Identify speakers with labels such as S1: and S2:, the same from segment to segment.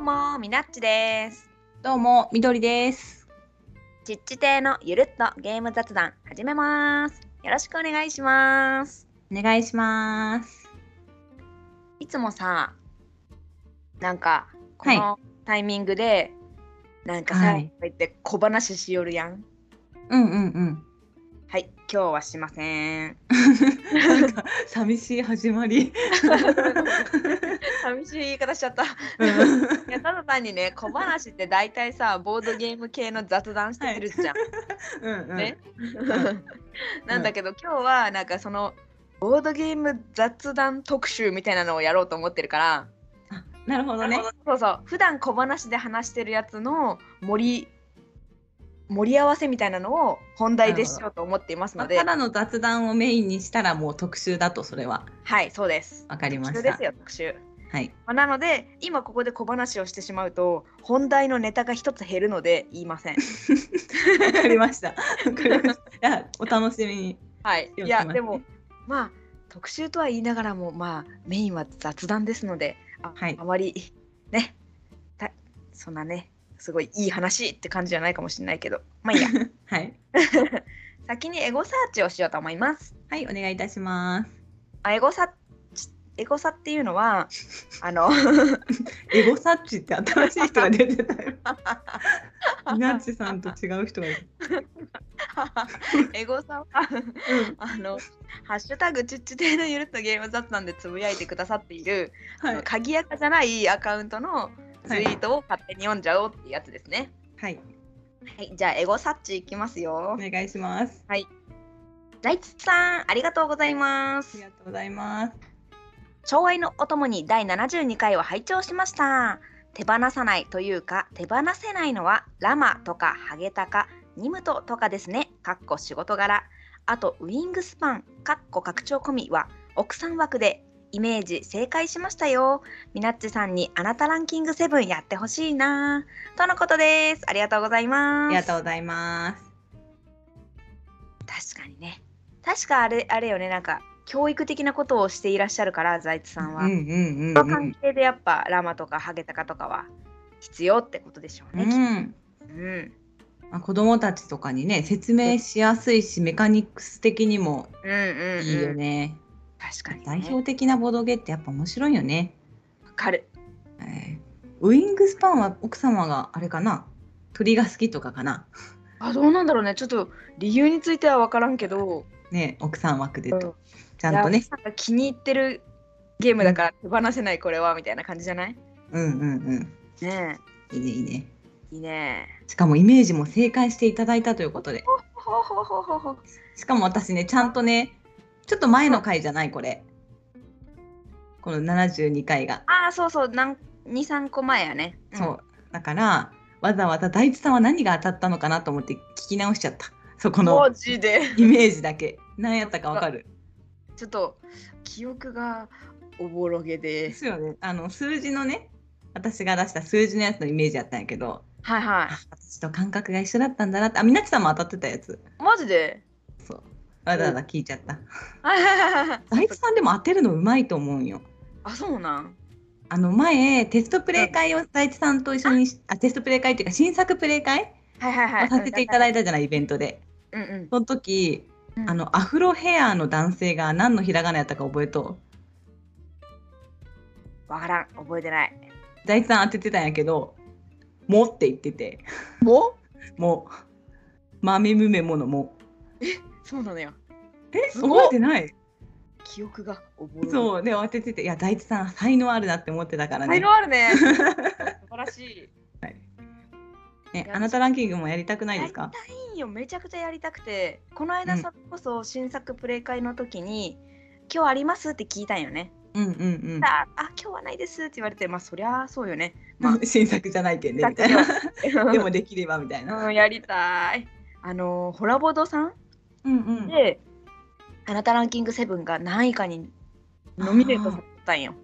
S1: もみなっちです
S2: どうも、みどりです。
S1: ちっち亭のゆるっとゲーム雑談始めますよろしくお願いします
S2: お願いします。
S1: いつもさなんかこのタイミングで、なんかさ、
S2: は
S1: こ
S2: いう
S1: 言って小話しよるやん
S2: うんうんうん。
S1: はい今日はしませ ん
S2: なんか寂しい始まり。
S1: 寂しい言い方しちゃった
S2: うん
S1: いやただ単にね小話って大体さボードゲーム系の雑談してるじゃん、
S2: うんうん
S1: ねなんだけど、今日はなんかそのボードゲーム雑談特集みたいなのをやろうと思ってるから
S2: あなるほどね。
S1: そうそう普段小話で話してるやつの盛り盛り合わせみたいなのを本題でしようと思っています
S2: ま
S1: の
S2: あ
S1: で
S2: ただの雑談をメインにしたらもう特集だとそれは
S1: はいそうです
S2: わかりま
S1: 特集
S2: し
S1: で
S2: た
S1: す。よ特集、
S2: はい。
S1: まあなので今ここで小話をしてしまうと本題のネタが一つ減るので言いませ ん
S2: わかりました。わかりました。じゃあお楽しみに。
S1: はい
S2: 了解
S1: い
S2: しま
S1: や
S2: した
S1: でもまあ特集とは言いながらもまあメインは雑談ですのであ,、
S2: はい
S1: あまりねたそんなねすごいいい話って感じじゃないかもしれないけどま あいいや
S2: はい。
S1: 先にエゴサーチをしようと思います
S2: はい、お願いいたします。
S1: あエゴサエゴサっていうのはあ の
S2: エゴサッチって新しい人が出てた よ。みなっちさんと違う人がいる。
S1: エゴサは
S2: うん
S1: あの「ハッシュタグちっちてのゆるっとゲーム雑談」でつぶやいてくださっている、あ
S2: は
S1: の
S2: い。
S1: 鍵アカじゃないアカウントのツイートを勝手に読んじゃおうってやつですね。
S2: はい。
S1: はい、じゃあエゴサッチいきます
S2: お
S1: よ。
S2: 願いします。
S1: 大地さんありがとうございま
S2: あり
S1: す
S2: が。とうございます。
S1: 昭和のお供に第72回を拝聴しました手放さないというか手放せないのはラマとかハゲタカニムトとかですねかっこ仕事柄あとウィングスパンかっこ拡張込みは奥さん枠でイメージ正解しましたよみなっちさんにあなたランキング7やってほしいなとのことですありがとうござい
S2: あ
S1: ま
S2: りが
S1: す
S2: とうございます。
S1: 確かにね確かあれあれよねなんか教育的なことをしていらっしゃるから財津さんは、
S2: うんうんうん、
S1: その
S2: う
S1: 関
S2: ん。
S1: 係でやっぱラマとかハゲタカとかは必要ってことでしょう
S2: う
S1: ね。きっ
S2: ん
S1: とうん
S2: まあ、子供たちとかにね説明しやすいしメカニクス的にも
S1: うんうんうん
S2: いいよね、
S1: 確かに、ね。
S2: 代表的なボドゲってやっぱ面白いよね、
S1: わかる。
S2: えーウィングスパンは奥様があれかな鳥が好きとかかな
S1: あどうなんだろうねちょっと理由については分からんけど、
S2: ね奥さん枠で
S1: うん
S2: とちゃんと
S1: い
S2: ね
S1: やなんか気に入ってるゲームだから手放せないこれはみたいな感じじゃない
S2: うんうん
S1: ね
S2: うんいいね
S1: え
S2: いいね
S1: いいね
S2: しかもイメージも正解していただいたということで
S1: ほうほうほうほうほう
S2: しかも私ねちゃんとねちょっと前の回じゃないこれこの72回が
S1: ああそうそう23個前やね。ん
S2: そうだからわざわざ大地さんは何が当たったのかなと思って聞き直しちゃったそこの
S1: マジで
S2: イメージだけ何やったかわかる
S1: ちょっと記憶がおぼろげ
S2: で
S1: です
S2: よねあの数字のね私が出した数字のやつのイメージやったんやけど
S1: はいは
S2: あ私と感覚が一緒だったんだなってあみなちさんも当たってたやつ
S1: いマジ で
S2: そうわざわざ聞いちゃった大
S1: 大
S2: 地さんでも当てるのうまいと思うんよ
S1: あそうなん
S2: あの前テストプレイ会を大地さんと一緒にしあテストプレイ会っていうか新作プレイ会
S1: はいはいは
S2: を
S1: い。
S2: させていただ
S1: い
S2: いたじゃないイベントで
S1: て。うんうん
S2: その時
S1: うん
S2: あのアフロヘアの男性が何のひらがなやったか覚えと
S1: わからん、覚えてない。
S2: う財津さん当ててたんやけど「も」って言ってて
S1: も
S2: 「 も」「豆むめも」の「も
S1: そうなのよ。」
S2: え
S1: すごっ
S2: 覚えてない
S1: 記憶がおぼろげ。う。
S2: そうで当ててていや財津さん才能あるなって思ってたから
S1: 才
S2: ね
S1: 能ある ね。素晴らしい。
S2: ねあなたランキングもやりたくないですか
S1: やりたいよ、めちゃくちゃやりたくて、この間
S2: うん
S1: さこそ新作プレイ会の時に、今日ありますって聞いたんよね。
S2: うんうんうん
S1: あ、あ今日はないですって言われて、まあそりゃそうよね。ま
S2: 新作じゃないけんね
S1: だ
S2: み
S1: け
S2: た
S1: ど
S2: い なでもできればみたいな
S1: うん、やりたい。あのー、ホラボドさん
S2: うんうん
S1: で、あなたランキング7が何位かにノミネートされたんよ。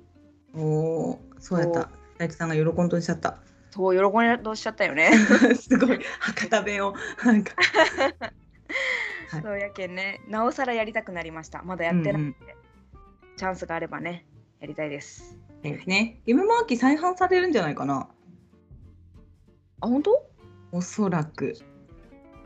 S2: おーそうやった財津さんが喜んとしちゃった
S1: そう、喜んでおっしちゃったよね。
S2: すごい博多弁をなんかはい
S1: そうやけんね、なおさらやりたくなりました。まだやってないんで、チャンスがあればね、やりたいです。
S2: ですね。ゲームマーキー再販されるんじゃないかな。
S1: あ、本当
S2: おそらく。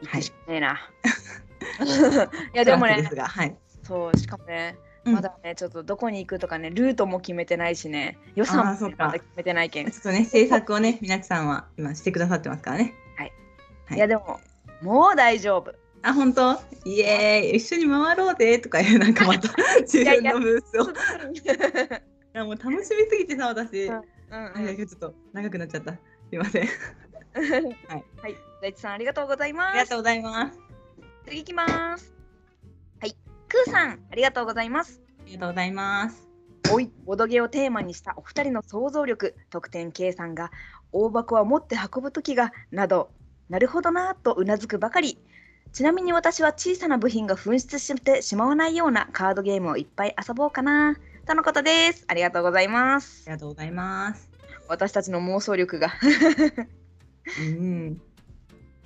S2: はい
S1: い。ねえな。 いやでも
S2: おそらく
S1: ね
S2: で、すが、はい。
S1: そうしかもね、
S2: うん
S1: まだねちょっとどこに行くとかねルートも決めてないしね予算
S2: あーそ
S1: も
S2: う
S1: ね
S2: か
S1: まだ決めてないけん。
S2: ちょっとね、制作をね、皆さんは今してくださってますからね。はい
S1: いやでももう大丈 夫。
S2: あ、本当イエーイ一緒に回ろうぜとか いう、なんかまた自分のブースを。いや、もう楽しみすぎてさ、私。
S1: う
S2: あ
S1: んうん
S2: いや、今日ちょっと長くなっちゃった。すいません。
S1: うん。
S2: は
S1: はいい。大地さんありがとうございます。
S2: ありがとうございます。
S1: 次行きます。はい。くーさんありがとうございます。
S2: ありがとうございます。
S1: おいボドゲをテーマにしたお二人の想像力得点計算が大箱は持って運ぶ時がなどなるほどなぁとうなずくばかりちなみに私は小さな部品が紛失してしまわないようなカードゲームをいっぱい遊ぼうかなとのことですありがとうございま
S2: あ
S1: す
S2: りがとうございます。
S1: 私たちの妄想力が
S2: うん。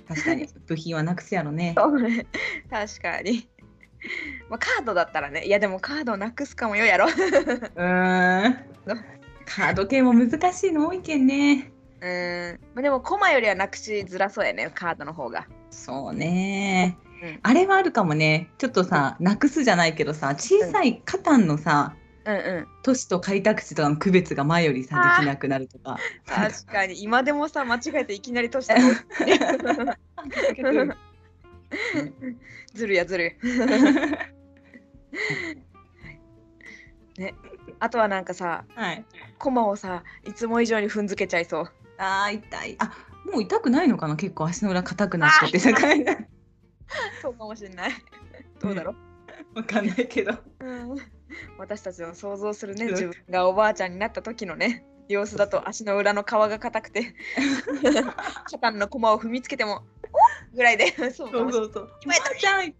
S2: 確 かに、部品はなくすやろね。
S1: 確かにまあカードだったらねいやでもカードをなくすかもよやろう
S2: うーん。カード系も難しいの多いけんね。
S1: ーんまあでもコマよりはなくしづらそうやねカードの方が
S2: そうね、
S1: うん
S2: あれはあるかもね。ちょっとさ、なくすじゃないけどさ、小さいカタンのさ、
S1: うんうん
S2: 都市と開拓地とかの区別が前よりさ
S1: あー
S2: できなくなるとか。
S1: 確かに今でもさ間違えていきなり年とか 押してずるやずるあとはなんかさ
S2: はい。
S1: コマをさいつも以上に踏んづけちゃいそう
S2: あー痛い。あもう痛くないのかな結構足の裏硬くなってて
S1: あ
S2: 境が
S1: そうかもしれないどうだろう、
S2: わかんないけど。
S1: うん私たちの想像するね
S2: うん
S1: 自分がおばあちゃんになった時のね様子だと足の裏の皮が硬く て肩のコマを踏みつけても「おっ!」ぐらいでそうか
S2: そ
S1: も
S2: う
S1: しれない
S2: そうそう。おばあちゃんおば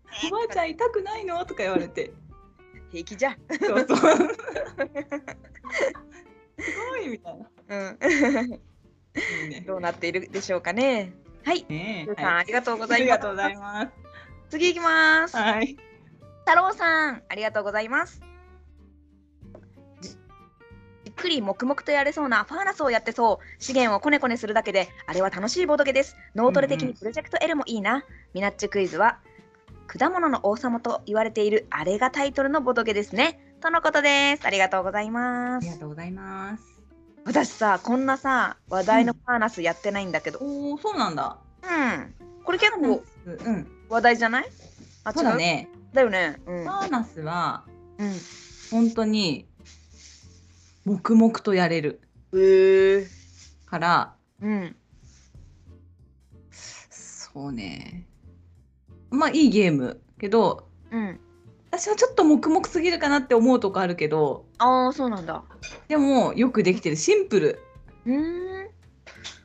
S2: あちゃん痛くないのとか言われて。
S1: 平気じゃん
S2: そうそう。すごいみたいな。
S1: うん、
S2: いいね。
S1: どうなっているでしょうかねはい、
S2: ね
S1: ゆう
S2: え
S1: さん
S2: は
S1: あ
S2: い
S1: りがとうご
S2: あ
S1: ざい
S2: り
S1: ます
S2: がとうございます。
S1: 次行きます
S2: はい。
S1: 太郎さんありがとうございますじじっくり黙々とやれそうなファーナスをやってそう資源をこねこねするだけであれは楽しいボードゲです脳トレ的
S2: うんう
S1: に
S2: ん
S1: プロジェクト L もいいな、ミナッチクイズは果物の王様と言われているあれがタイトルのボードゲですねとのことですありがとうござい
S2: あ
S1: ま
S2: りが
S1: す
S2: とうございます。
S1: 私さこんなさ話題のファーナスやってないんだけど
S2: おおそうなんだ。
S1: うんこれ結
S2: ファ
S1: 構
S2: ーナスうん。
S1: 話題じゃないあ
S2: そうだね。
S1: 違うだよねうん
S2: ファーナスは
S1: うん
S2: 本当に黙々とやれる
S1: へえ
S2: から
S1: うん
S2: そうねまあいいゲームけど
S1: うん
S2: 私はちょっと黙々すぎるかなって思うとこあるけど
S1: ああそうなんだ。
S2: でもよくできてるシンプル
S1: うーん。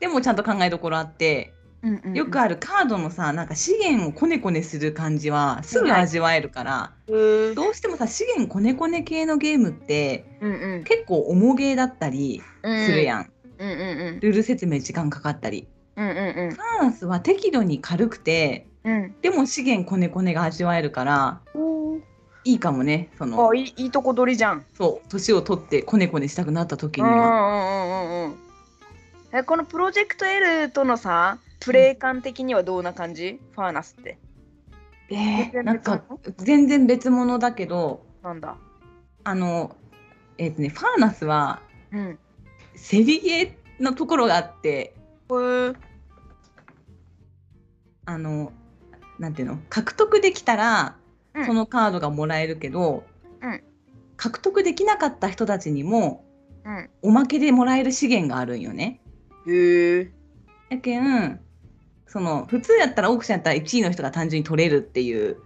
S2: でもちゃんと考えどころあって
S1: うんうん
S2: よくあるカードのさなんか資源をこねこねする感じはすぐ味わえるから
S1: る
S2: どうしてもさ資源こねこね系のゲームって
S1: うんうん。
S2: 結構重ゲーだったりするやん、
S1: うんうんうん。
S2: ルール説明時間かかったり
S1: うんうん
S2: ファーナスは適度に軽くて
S1: うん。
S2: でも資源こねこねが味わえるから
S1: うん。
S2: いいかもねその
S1: あいいいいとこ取りじゃん。うん
S2: そう年を取ってこねこねしたくなった時
S1: う
S2: には
S1: んうんうん。えこのプロジェクト L とのさプレイ感的にはどんな感じ？ファーナスって
S2: えー
S1: 全然別物
S2: なんか全然別物だけど
S1: なんだ。
S2: あのえっ、とねファーナスは
S1: うん。
S2: 背びげのところがあってあのなんていうの獲得できたら
S1: うん
S2: そのカードがもらえるけど、
S1: うん
S2: 獲得できなかった人たちにも
S1: うん。
S2: おまけでもらえる資源があるんよね。
S1: へえ。
S2: やけんその普通やったらオークションやったら1位の人が単純に取れるっていう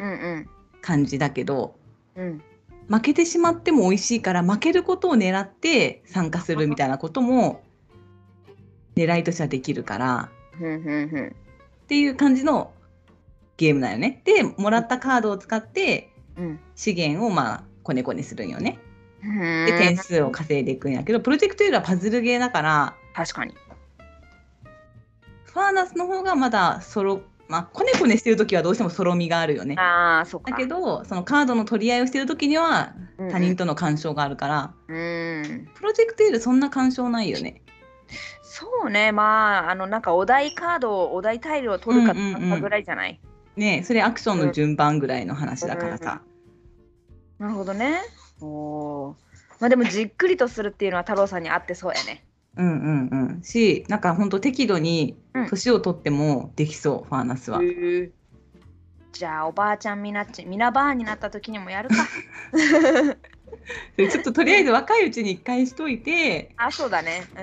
S1: うんうん
S2: 感じだけど
S1: うん。
S2: 負けてしまっても美味しいから負けることを狙って参加するみたいなことも狙いとしてはできるから
S1: ふんふんふん。
S2: っていう感じのゲームだよね。でもらったカードを使って
S1: うん。
S2: 資源をまあこねこねするんよね。
S1: で
S2: で点数を稼いでいくんやけどプロジェクトよりはパズルゲーだから
S1: 確かに。
S2: ファーナスの方がまだソロまあこねこねしてる時はどうしてもソロみがあるよね。
S1: ああそっか。
S2: だけどそのカードの取り合いをしてる時には
S1: うんうん
S2: 他人との干渉があるから、
S1: うん。
S2: プロジェクトよりそんな干渉ないよね。
S1: そうね、まあ、あの、なんかお題カードを、お題タイルを取るか
S2: うんうんうん
S1: 取らんかぐらいじゃない、
S2: ねそれアクションの順番ぐらいの話だからさ、
S1: なるほどね。おーまあでも、じっくりとするっていうのは太郎さんに合ってそうやね。
S2: うん、うんうんしなんかほんと適度に
S1: うん
S2: 年を取ってもできそう、ファーナスは、
S1: じゃあ、おばあちゃんみなっち、みなばあになった時にもやる か。
S2: でちょっととりあえず若いうちに一回しといて
S1: あ、そうだね。う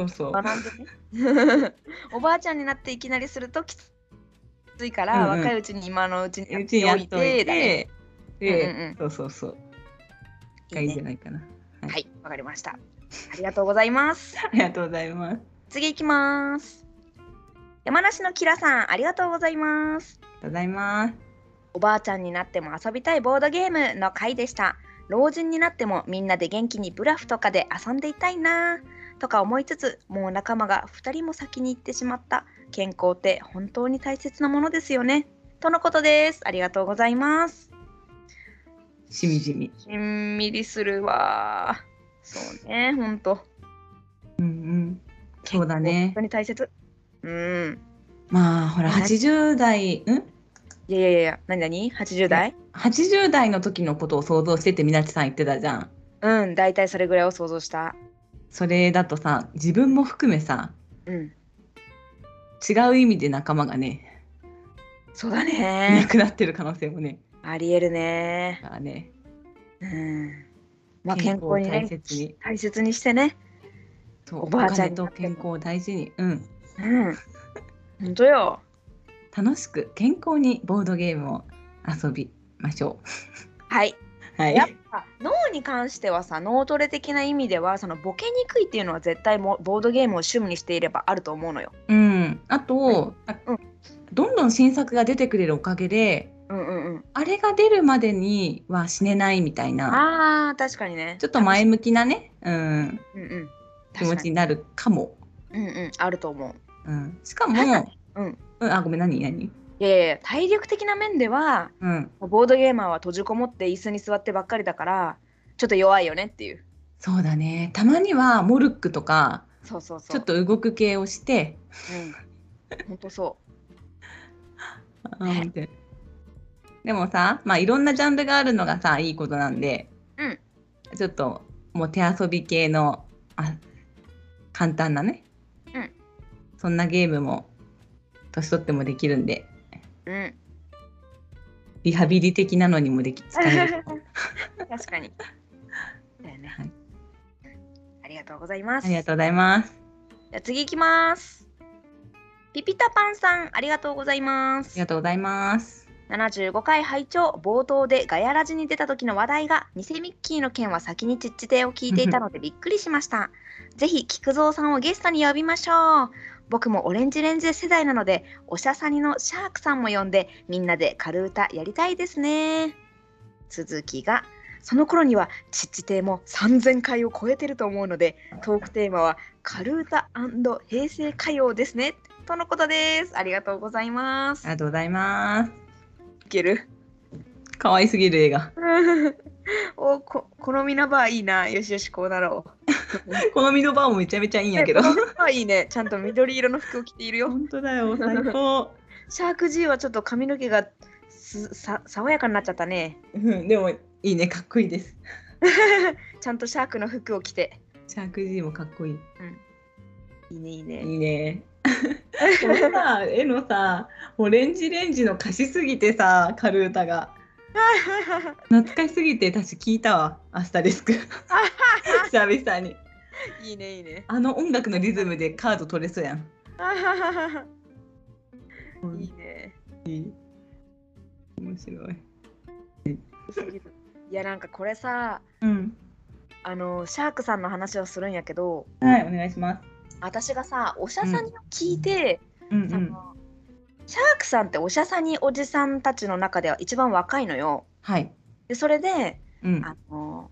S1: んうん。
S2: そうそう
S1: 学んでね。 おばあちゃんになっていきなりするときついから、
S2: うんうん
S1: 若いうちに今のうちに
S2: うちにやっといて
S1: だね
S2: で、
S1: うんうんうん
S2: そうそうそう
S1: い
S2: がいいん
S1: い
S2: じゃ
S1: ね
S2: ないかな
S1: はい、わかりました。ありがとうございます。
S2: ありがとうございます
S1: 次行きます。山梨のキラさん、ありがとうございます。
S2: ありがとうございます
S1: おばあちゃんになっても遊びたいボードゲームの回でした。老人になってもみんなで元気にブラフとかで遊んでいたいなぁとか思いつつ、もう仲間が2人も先に行ってしまった。健康って本当に大切なものですよね。とのことです。ありがとうございます。
S2: しみじみ
S1: しんみりするわ。そうね、ほんと。
S2: うんうんそうだね
S1: 本当に大切。うん。
S2: まあほら
S1: はい
S2: 80代ん
S1: いやいやいや、何何八十代？
S2: 80代の時のことを想像してってみなちさん言ってたじゃん
S1: うん、大体それぐらいを想像した。
S2: それだとさ自分も含めさ
S1: うん、
S2: 違う意味で仲間がね
S1: そうだ
S2: いな
S1: ね。
S2: くなってる可能性もね
S1: ありえるね
S2: だ。からね
S1: うん。まあ健
S2: 健
S1: 康
S2: 康を
S1: に、ね、
S2: 大切に
S1: 大切にしてね。
S2: そう
S1: おばあちゃんに
S2: お金と健康を大事にう
S1: う
S2: ん
S1: ん。本当よ。
S2: 楽しく健康にボードゲームを遊びましょ
S1: はい。
S2: うはい
S1: やっぱ脳に関してはさ、脳トレ的な意味ではそのボケにくいっていうのは絶対もボードゲームを趣味にしていればあると思うのよ。
S2: うんあと、あ
S1: うん
S2: どんどん新作が出てくれるおかげで
S1: うんうんうん。
S2: あれが出るまでには死ねないみたい
S1: あ
S2: な
S1: あ、確かにね。
S2: ちょっと前向きなね、う
S1: う
S2: ん、
S1: んうん。
S2: 気持
S1: 確か
S2: ち
S1: に。
S2: になるかも。
S1: うんうん。あると思う。
S2: うん、しかも、
S1: うん
S2: うん、あ、ごめん、何、何。
S1: いやいやいや体力的な面では
S2: うん、
S1: ボードゲーマーは閉じこもって椅子に座ってばっかりだからちょっと弱いよねっていう
S2: そうだね、たまにはモルックとか、
S1: そうそうそう
S2: ちょっ、と動く系をして。
S1: うん、ほんとそう
S2: あーみたいなでもさ、まあ、いろんなジャンルがあるのがさ、いいことなんで。
S1: うん
S2: ちょっと、もう手遊び系の、あ。簡単なね。
S1: うん
S2: そんなゲームも。年取ってもできるんで、
S1: うん
S2: リハビリ的なのにもでき、使え る。
S1: 確かにだよね、
S2: はい
S1: ありがとうございます
S2: ありがとうございます。
S1: じゃあ次行きますピピタパンさんありがとうございま
S2: あ
S1: す
S2: りがとうございます。
S1: 75回拝聴冒頭でガヤラジに出た時の話題が偽ミッキーの件は先にちっちてを聞いていたのでびっくりしましたぜひ菊蔵さんをゲストに呼びましょう僕もオレンジレンジ世代なのでおしゃさにのシャークさんも呼んでみんなで軽歌やりたいですね続きがその頃にはちっちても3000回を超えてると思うのでトークテーマは軽歌平成歌謡ですねとのことですありがとうございま
S2: あ
S1: す
S2: りがとうございます。
S1: いける
S2: 可愛すぎる映画。
S1: うん おこ好みのバーいいなよしよしこうなろ
S2: 好みのバーもめちゃめちゃいいん
S1: う
S2: やけど。
S1: 好みのバーいいねちゃんと緑色の服を着ているよ
S2: 本当だよ、最高。
S1: シャーク G はちょっと髪の毛がすさ爽やかになっちゃったね
S2: うん、でもいいね、かっこいいです。
S1: ちゃんとシャークの服を着て
S2: シャーク G もかっこいい。
S1: いいねいい
S2: い
S1: ね
S2: いね。このさ、絵のさ、オレンジレンジの歌詞すぎてさ、カルータが。懐かしすぎて、私聞いたわ、アスタリス ク。久々に。
S1: いいねいいね
S2: あの音楽のリズムでカード取れそうやん。
S1: いいね
S2: 面白い。
S1: いやなんかこれさ
S2: うん。
S1: あのシャークさんの話をするんやけど
S2: はい、お願いします。
S1: 私がさおしゃさんに聞いて、
S2: うん、う
S1: そ
S2: ん。
S1: のシャークさんっておしゃさにおじさんたちの中では一番若いのよ。
S2: はい。
S1: でそれで
S2: うん。
S1: あの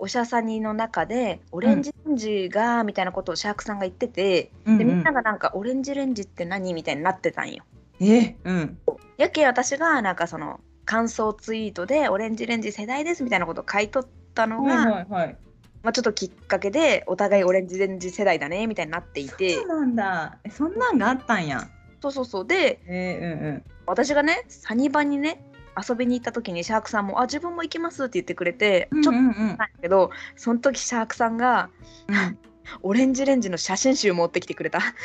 S1: おしゃさにの中で「オレンジレンジが」みたいなことをシャークさんが言ってて、
S2: で
S1: でみんながなんか「オレンジレンジって何?」みたいになってたんよ。
S2: えうん
S1: やけん私がなんかその感想ツイートで「オレンジレンジ世代です」みたいなことを書いとったのが、
S2: はいはい
S1: まあ、ちょっときっかけでお互いオレンジレンジ世代だねみたいになっていて
S2: そうなんだえそんなんがあったんや
S1: そうそうそうで
S2: えー、うんうん
S1: 私がねサニバにね遊びに行った時にシャークさんも「あ自分も行きます」って言ってくれてちょっと
S2: うんうんうん
S1: ないけどその時シャークさんが
S2: うん
S1: オレンジレンジの写真集持ってきてくれ たっ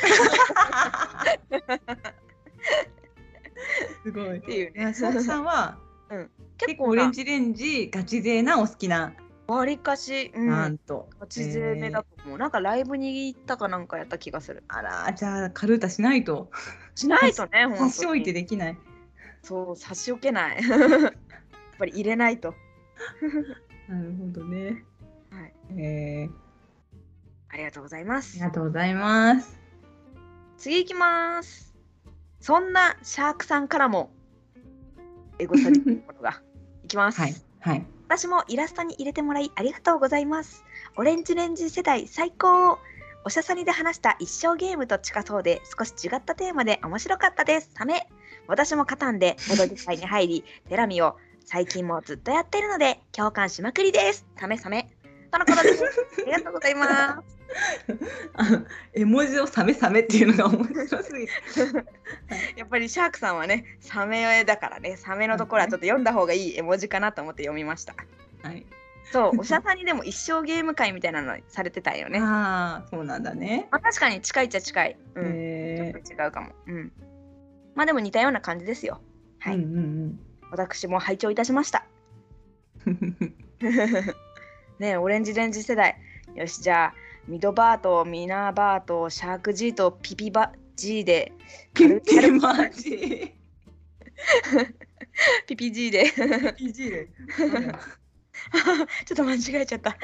S2: すごい。
S1: ていう
S2: いや、
S1: ね
S2: 佐々木さ んは
S1: 結
S2: 結構
S1: 構
S2: オレ
S1: な
S2: ンジレンジガチ勢なお好きな、
S1: わりかし、う
S2: なん
S1: ん、
S2: と。
S1: ガチ勢目だと思う、なんかライブに行ったかなんかやった気がする
S2: えーあら、じゃあカルータしないと
S1: しないとねほんと
S2: 差
S1: に
S2: し置いてできない。
S1: そう差し置けない やっぱり入れないと
S2: なるほどね。
S1: はい
S2: えー、
S1: ありがとうございま
S2: あり
S1: す
S2: がとうございます。
S1: 次行きますそんなシャークさんからもエゴサリックなもの がいきます、
S2: はいはい。
S1: 私もイラストに入れてもらいありがとうございます。オレンジレンジ世代最高おしゃさにで話した一生ゲームと近そうで少し違ったテーマで面白かったです。サメ私もカタンでボドゲ会に入り、テラミを最近もずっとやってるので共感しまくりです。サメサメとのこと です。ありがとうございます。
S2: あの絵文字をサメサメっていうのが面白す ぎて。
S1: やっぱりシャークさんはね、サメだからね、サメのところはちょっと読んだ方がいい絵文字かなと思って読みました。
S2: はい。
S1: そう、おしゃさにでも一生ゲーム会みたいなのされてたよね。
S2: ああ、そうなんだね。
S1: まあ、確かに近いっちゃ近い。うん。
S2: え
S1: ちょっと違うかも。うん。まあでも似たような感じですよ。
S2: ー、
S1: はい。
S2: うんうん
S1: 私も拝聴いたしました。
S2: うん。
S1: ねえオレンジレンジ世代。よし、じゃあ、ミドバーとミナーバーとシャーク G とピピバ G で、
S2: ピ ッピマジ。
S1: ピピ G で、ちょ
S2: いじる。
S1: っと間違えちゃった。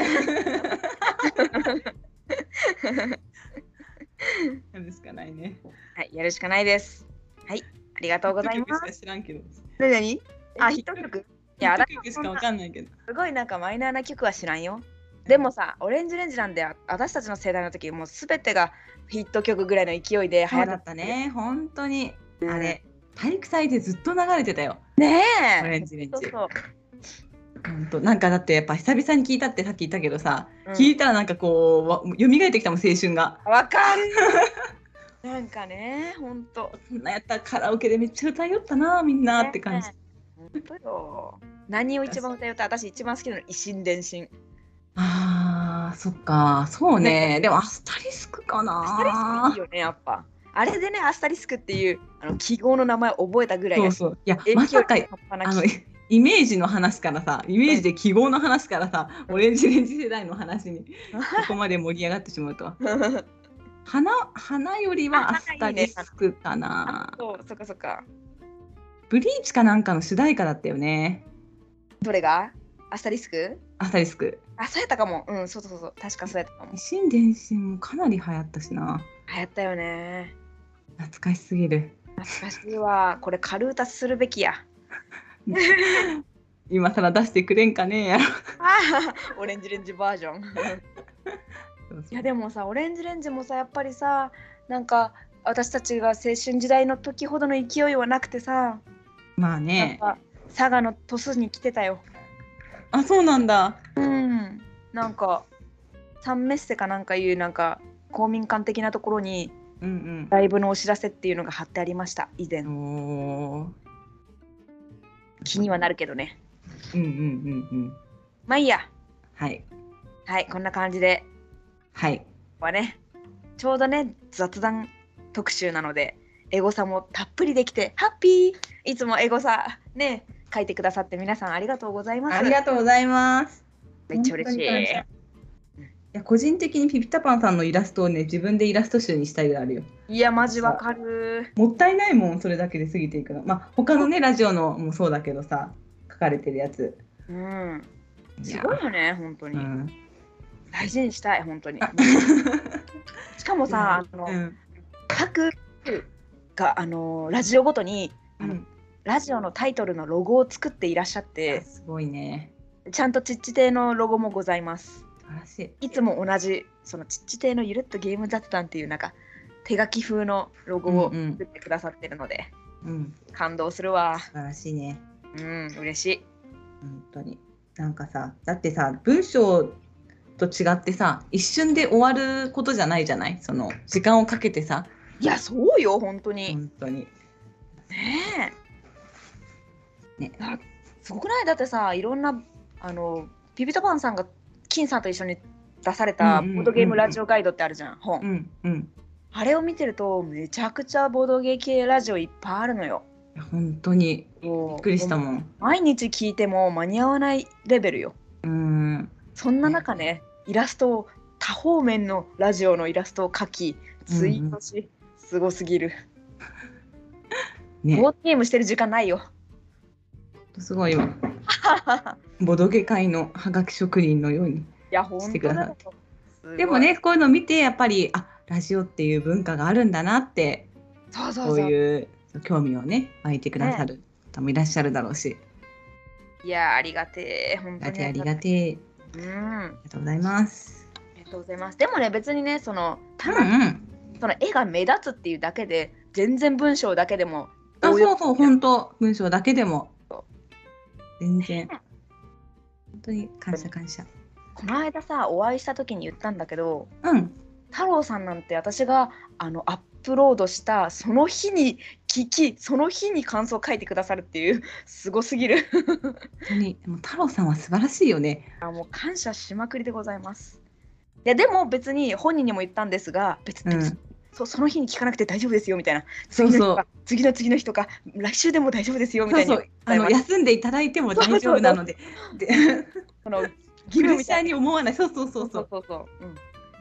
S2: やるしかないね。
S1: はい、やるしかないです。はい、ありがとうござい ます。
S2: す。知らんけど。
S1: 何何あ、ヒット曲。いや、あら
S2: 一曲しかわかんないけど。
S1: すごいなんかマイナーな曲は知らんよ。でもさ、オレンジレンジなんであ私たちの世代の時もうすべてがヒット曲ぐらいの勢いで流
S2: 早
S1: 行
S2: かった。ね。本当に。あ
S1: あ
S2: れ
S1: れ。
S2: 体育祭でずっと流れてたよ。
S1: ね
S2: オレ
S1: え。
S2: ンジレン
S1: そう
S2: ジ。
S1: そう。
S2: 本当なんかだってやっぱ久々に聞いたってさっき言ったけどさ、
S1: うん
S2: 聞いたらなんかこうわ蘇ってきたもん青春が。
S1: わか る。なんかね、本当。
S2: そんなやったらカラオケでめっちゃ歌いよったなみんなって感じ。
S1: ねえ。本当よ。何を一番歌うた私一番好きなの、維新伝心。
S2: あーそっかそうねでもアスタリスクか
S1: アスタリスクい。
S2: ない
S1: よね、やっぱ。あれでね、アスタリスクっていうあの記号の名前を覚えたぐらい
S2: そう
S1: が
S2: そういや
S1: 影
S2: まさ
S1: 響
S2: か
S1: 力半
S2: あ
S1: 端な
S2: の
S1: き
S2: イ イメージの話からさイメージで記号の話からさオレンジレンジ世代の話にここまで盛り上がってしまうとは花花よりはアスタリスクかな
S1: そう、そっかそっか。
S2: ブリーチかなんかの主題歌だったよね
S1: どれがアスタリスク
S2: アスタリスク
S1: あ、そうやったかも。うん、そうそうそう。確かそうやったかも。
S2: 新電信もかなり流行ったしな
S1: 流行ったよね。
S2: 懐かしすぎる
S1: 懐かしいわ。これ、カルータするべきや。
S2: 今更出してくれんかねえやろ
S1: あー オレンジレンジバージョン。 いや、でもさ、オレンジレンジもさ、やっぱりさ、なんか、私たちが青春時代の時ほどの勢いはなくてさ、
S2: まあ
S1: やっ
S2: ね
S1: ぱ、佐賀の鳥栖に来てたよ。
S2: あそうなんだ
S1: うん。なんか、サンメッセかなんかいう、なんか、公民館的なところに、
S2: うん
S1: ライブのお知らせっていうのが貼ってありました、以前
S2: うん。おー
S1: 気にはなるけどね。
S2: うんうんうんうん
S1: まあいいや。
S2: はい
S1: はい、こんな感じで、
S2: はい
S1: はねちょうどね雑談特集なのでエゴサもたっぷりできてハッピーいつもエゴサね書いてくださって皆さんありがとうございます
S2: ありが
S1: と
S2: とうございます
S1: めっちゃ嬉しい
S2: 本当に感謝いや個人的にピピタパンさんのイラストをね自分でイラスト集にしたいがあるよ
S1: いやマジわかる
S2: もったいないもんそれだけで過ぎていくのまあ他のねラジオのもそうだけどさ書かれてるやつ
S1: うんすごいよね本当
S2: い
S1: に、
S2: やうん
S1: 大事にしたい本 当にしかもさあの、
S2: うん
S1: 各があのラジオごとにあのラジオのタイトルのロゴを作っていらっしゃっ
S2: いや
S1: て
S2: すごいね
S1: ちゃんとちっち亭のロゴもございます
S2: 素晴らしい
S1: いつも同じそのちっち亭のゆるっとゲーム雑談っていうなんか手書き風のロゴを
S2: うんうん
S1: 作ってくださってるので、
S2: うん
S1: 感動するわ
S2: 素晴らしいね
S1: うん嬉しい
S2: 本当になんかさだってさ文章と違ってさ一瞬で終わることじゃないじゃないその時間をかけてさ
S1: いやそうよ本当に、
S2: 本当に
S1: ねえ
S2: ね
S1: なすごくないだってさいろんなあのピピタパンさんが金さんと一緒に出された
S2: うんうんうんうん
S1: ボードゲームラジオガイドってあるじゃん本、
S2: うんうん
S1: あれを見てるとめちゃくちゃボードゲー系ラジオいっぱいあるのよ
S2: いや本当に
S1: び
S2: びっくりした
S1: ん
S2: もん
S1: 毎日聞いても間に合わないレベルよ
S2: うん
S1: そんな中ねイラストを多方面のラジオのイラストを描きツイートし、すごすぎる
S2: ね
S1: ボードゲームしてる時間ないよ
S2: すごいわボドゲ界のハガキ職人のように
S1: いや本当だよすごい
S2: でもねこういうの見てやっぱりあラジオっていう文化があるんだなって
S1: そうそう
S2: こ
S1: そう
S2: う
S1: い
S2: いう興味をね湧いてくださる方もいらっしゃるだろうし、
S1: やありがてえ本当
S2: ありが
S1: に
S2: てえありがてえあり
S1: うんあ
S2: がとうございます
S1: りがとうございますでもね別にねその
S2: う
S1: た
S2: ん
S1: だ
S2: うん
S1: その絵が目立つっていうだけで全然文章だけでも
S2: あ
S1: 応用
S2: そうそう本当文章だけでも
S1: そ
S2: 全然本当に感謝感謝
S1: この間さお会いした時に言ったんだけど
S2: うん
S1: 太郎さんなんて私があのアップロードしたその日に聞きその日に感想を書いてくださるっていうすごすぎ る
S2: 本当にでも太郎さんは素晴らしいよね
S1: あもう感謝しまくりでございますいやでも別に本人にも言ったんですが別に、
S2: うん
S1: そその日に聞かなくて大丈夫ですよみたいな
S2: そうそう
S1: 次の次の日とか来週でも大丈夫ですよみ
S2: そ
S1: た
S2: う
S1: いな
S2: そうあの休んでいただいても大丈夫なのでで
S1: その
S2: プ
S1: 義
S2: レ
S1: 務
S2: ッ
S1: み
S2: シ
S1: た
S2: ャ
S1: いな
S2: ーに思わないそうそうそ
S1: そうう
S2: そ
S1: そう
S2: う
S1: そうそう、うん、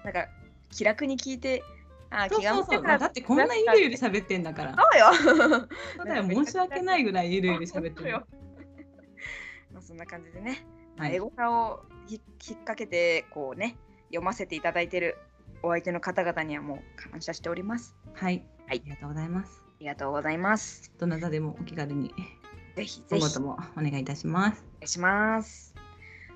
S1: なんか気楽に聞いてあー
S2: そう
S1: 気が
S2: そ
S1: 向
S2: うそ
S1: け
S2: う
S1: たら
S2: だってこんなゆるゆる喋ってんだから
S1: そうよ
S2: そうだよ申し訳ないぐらいゆるゆる喋ってる
S1: よ。 まあそんな感じでね、
S2: はい
S1: エゴサをひ引っ掛けてこうね読ませていただいてるお相手の方々にはもう感謝しております。
S2: はい、
S1: はい
S2: ありがとうございます
S1: ありがとうございます。
S2: どなたでもお気軽に
S1: ぜひぜ
S2: 今
S1: ひお
S2: 後と
S1: 願
S2: もお願いいたします
S1: いします。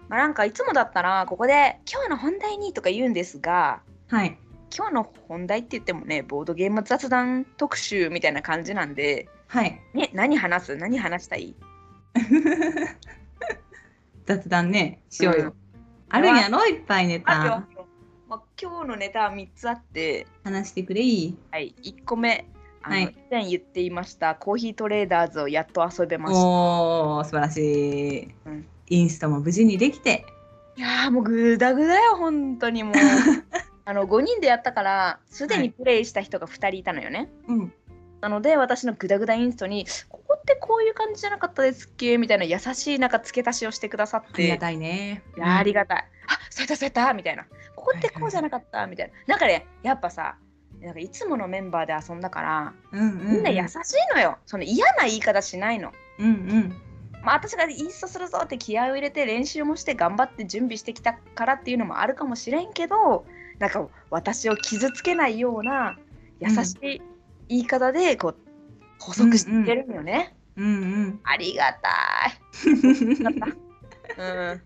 S1: まあなんかいつもだったらここで今日の本題にとか言うんですが、
S2: はい
S1: 今日の本題って言ってもねボードゲーム雑談特集みたいな感じなんで、
S2: はい
S1: ね何話す何話したい。
S2: 雑談ねしようよ、
S1: うん
S2: あるんやろいっぱいネ
S1: あ
S2: タ
S1: るよまあ今日のネタは3つあって。
S2: 話してくれい
S1: はい、1個目あの、
S2: はい
S1: 以前言っていましたコーヒートレーダーズをやっと遊べました
S2: おー素晴らしい、
S1: うん
S2: インスタも無事にできて
S1: いやーもうグダグダよ本当 にもうあの5人でやったからすで
S2: は
S1: に
S2: い
S1: プレイした人が2人いたのよね、
S2: うん
S1: なので私のグダグダインストに「ここってこういう感じじゃなかったですっけ?」みたいな優しいなんか付け足しをしてくださっ
S2: あり
S1: て
S2: がたいね
S1: いやーあり
S2: が
S1: がたい。あそうやったそうやったみたいな。ここってこうじゃなかったみたいな。なんかねやっぱさなんかいつものメンバーで遊んだから
S2: うんうん
S1: みんな優しいのよ。その嫌な言い方しないの。
S2: うんうん
S1: まあ、私がインストするぞって気合を入れて練習もして頑張って準備してきたからっていうのもあるかもしれんけどなんか私を傷つけないような優しい言い方でこう補足してくれるのよね。
S2: うん
S1: ありがた
S2: うん
S1: い。 うん、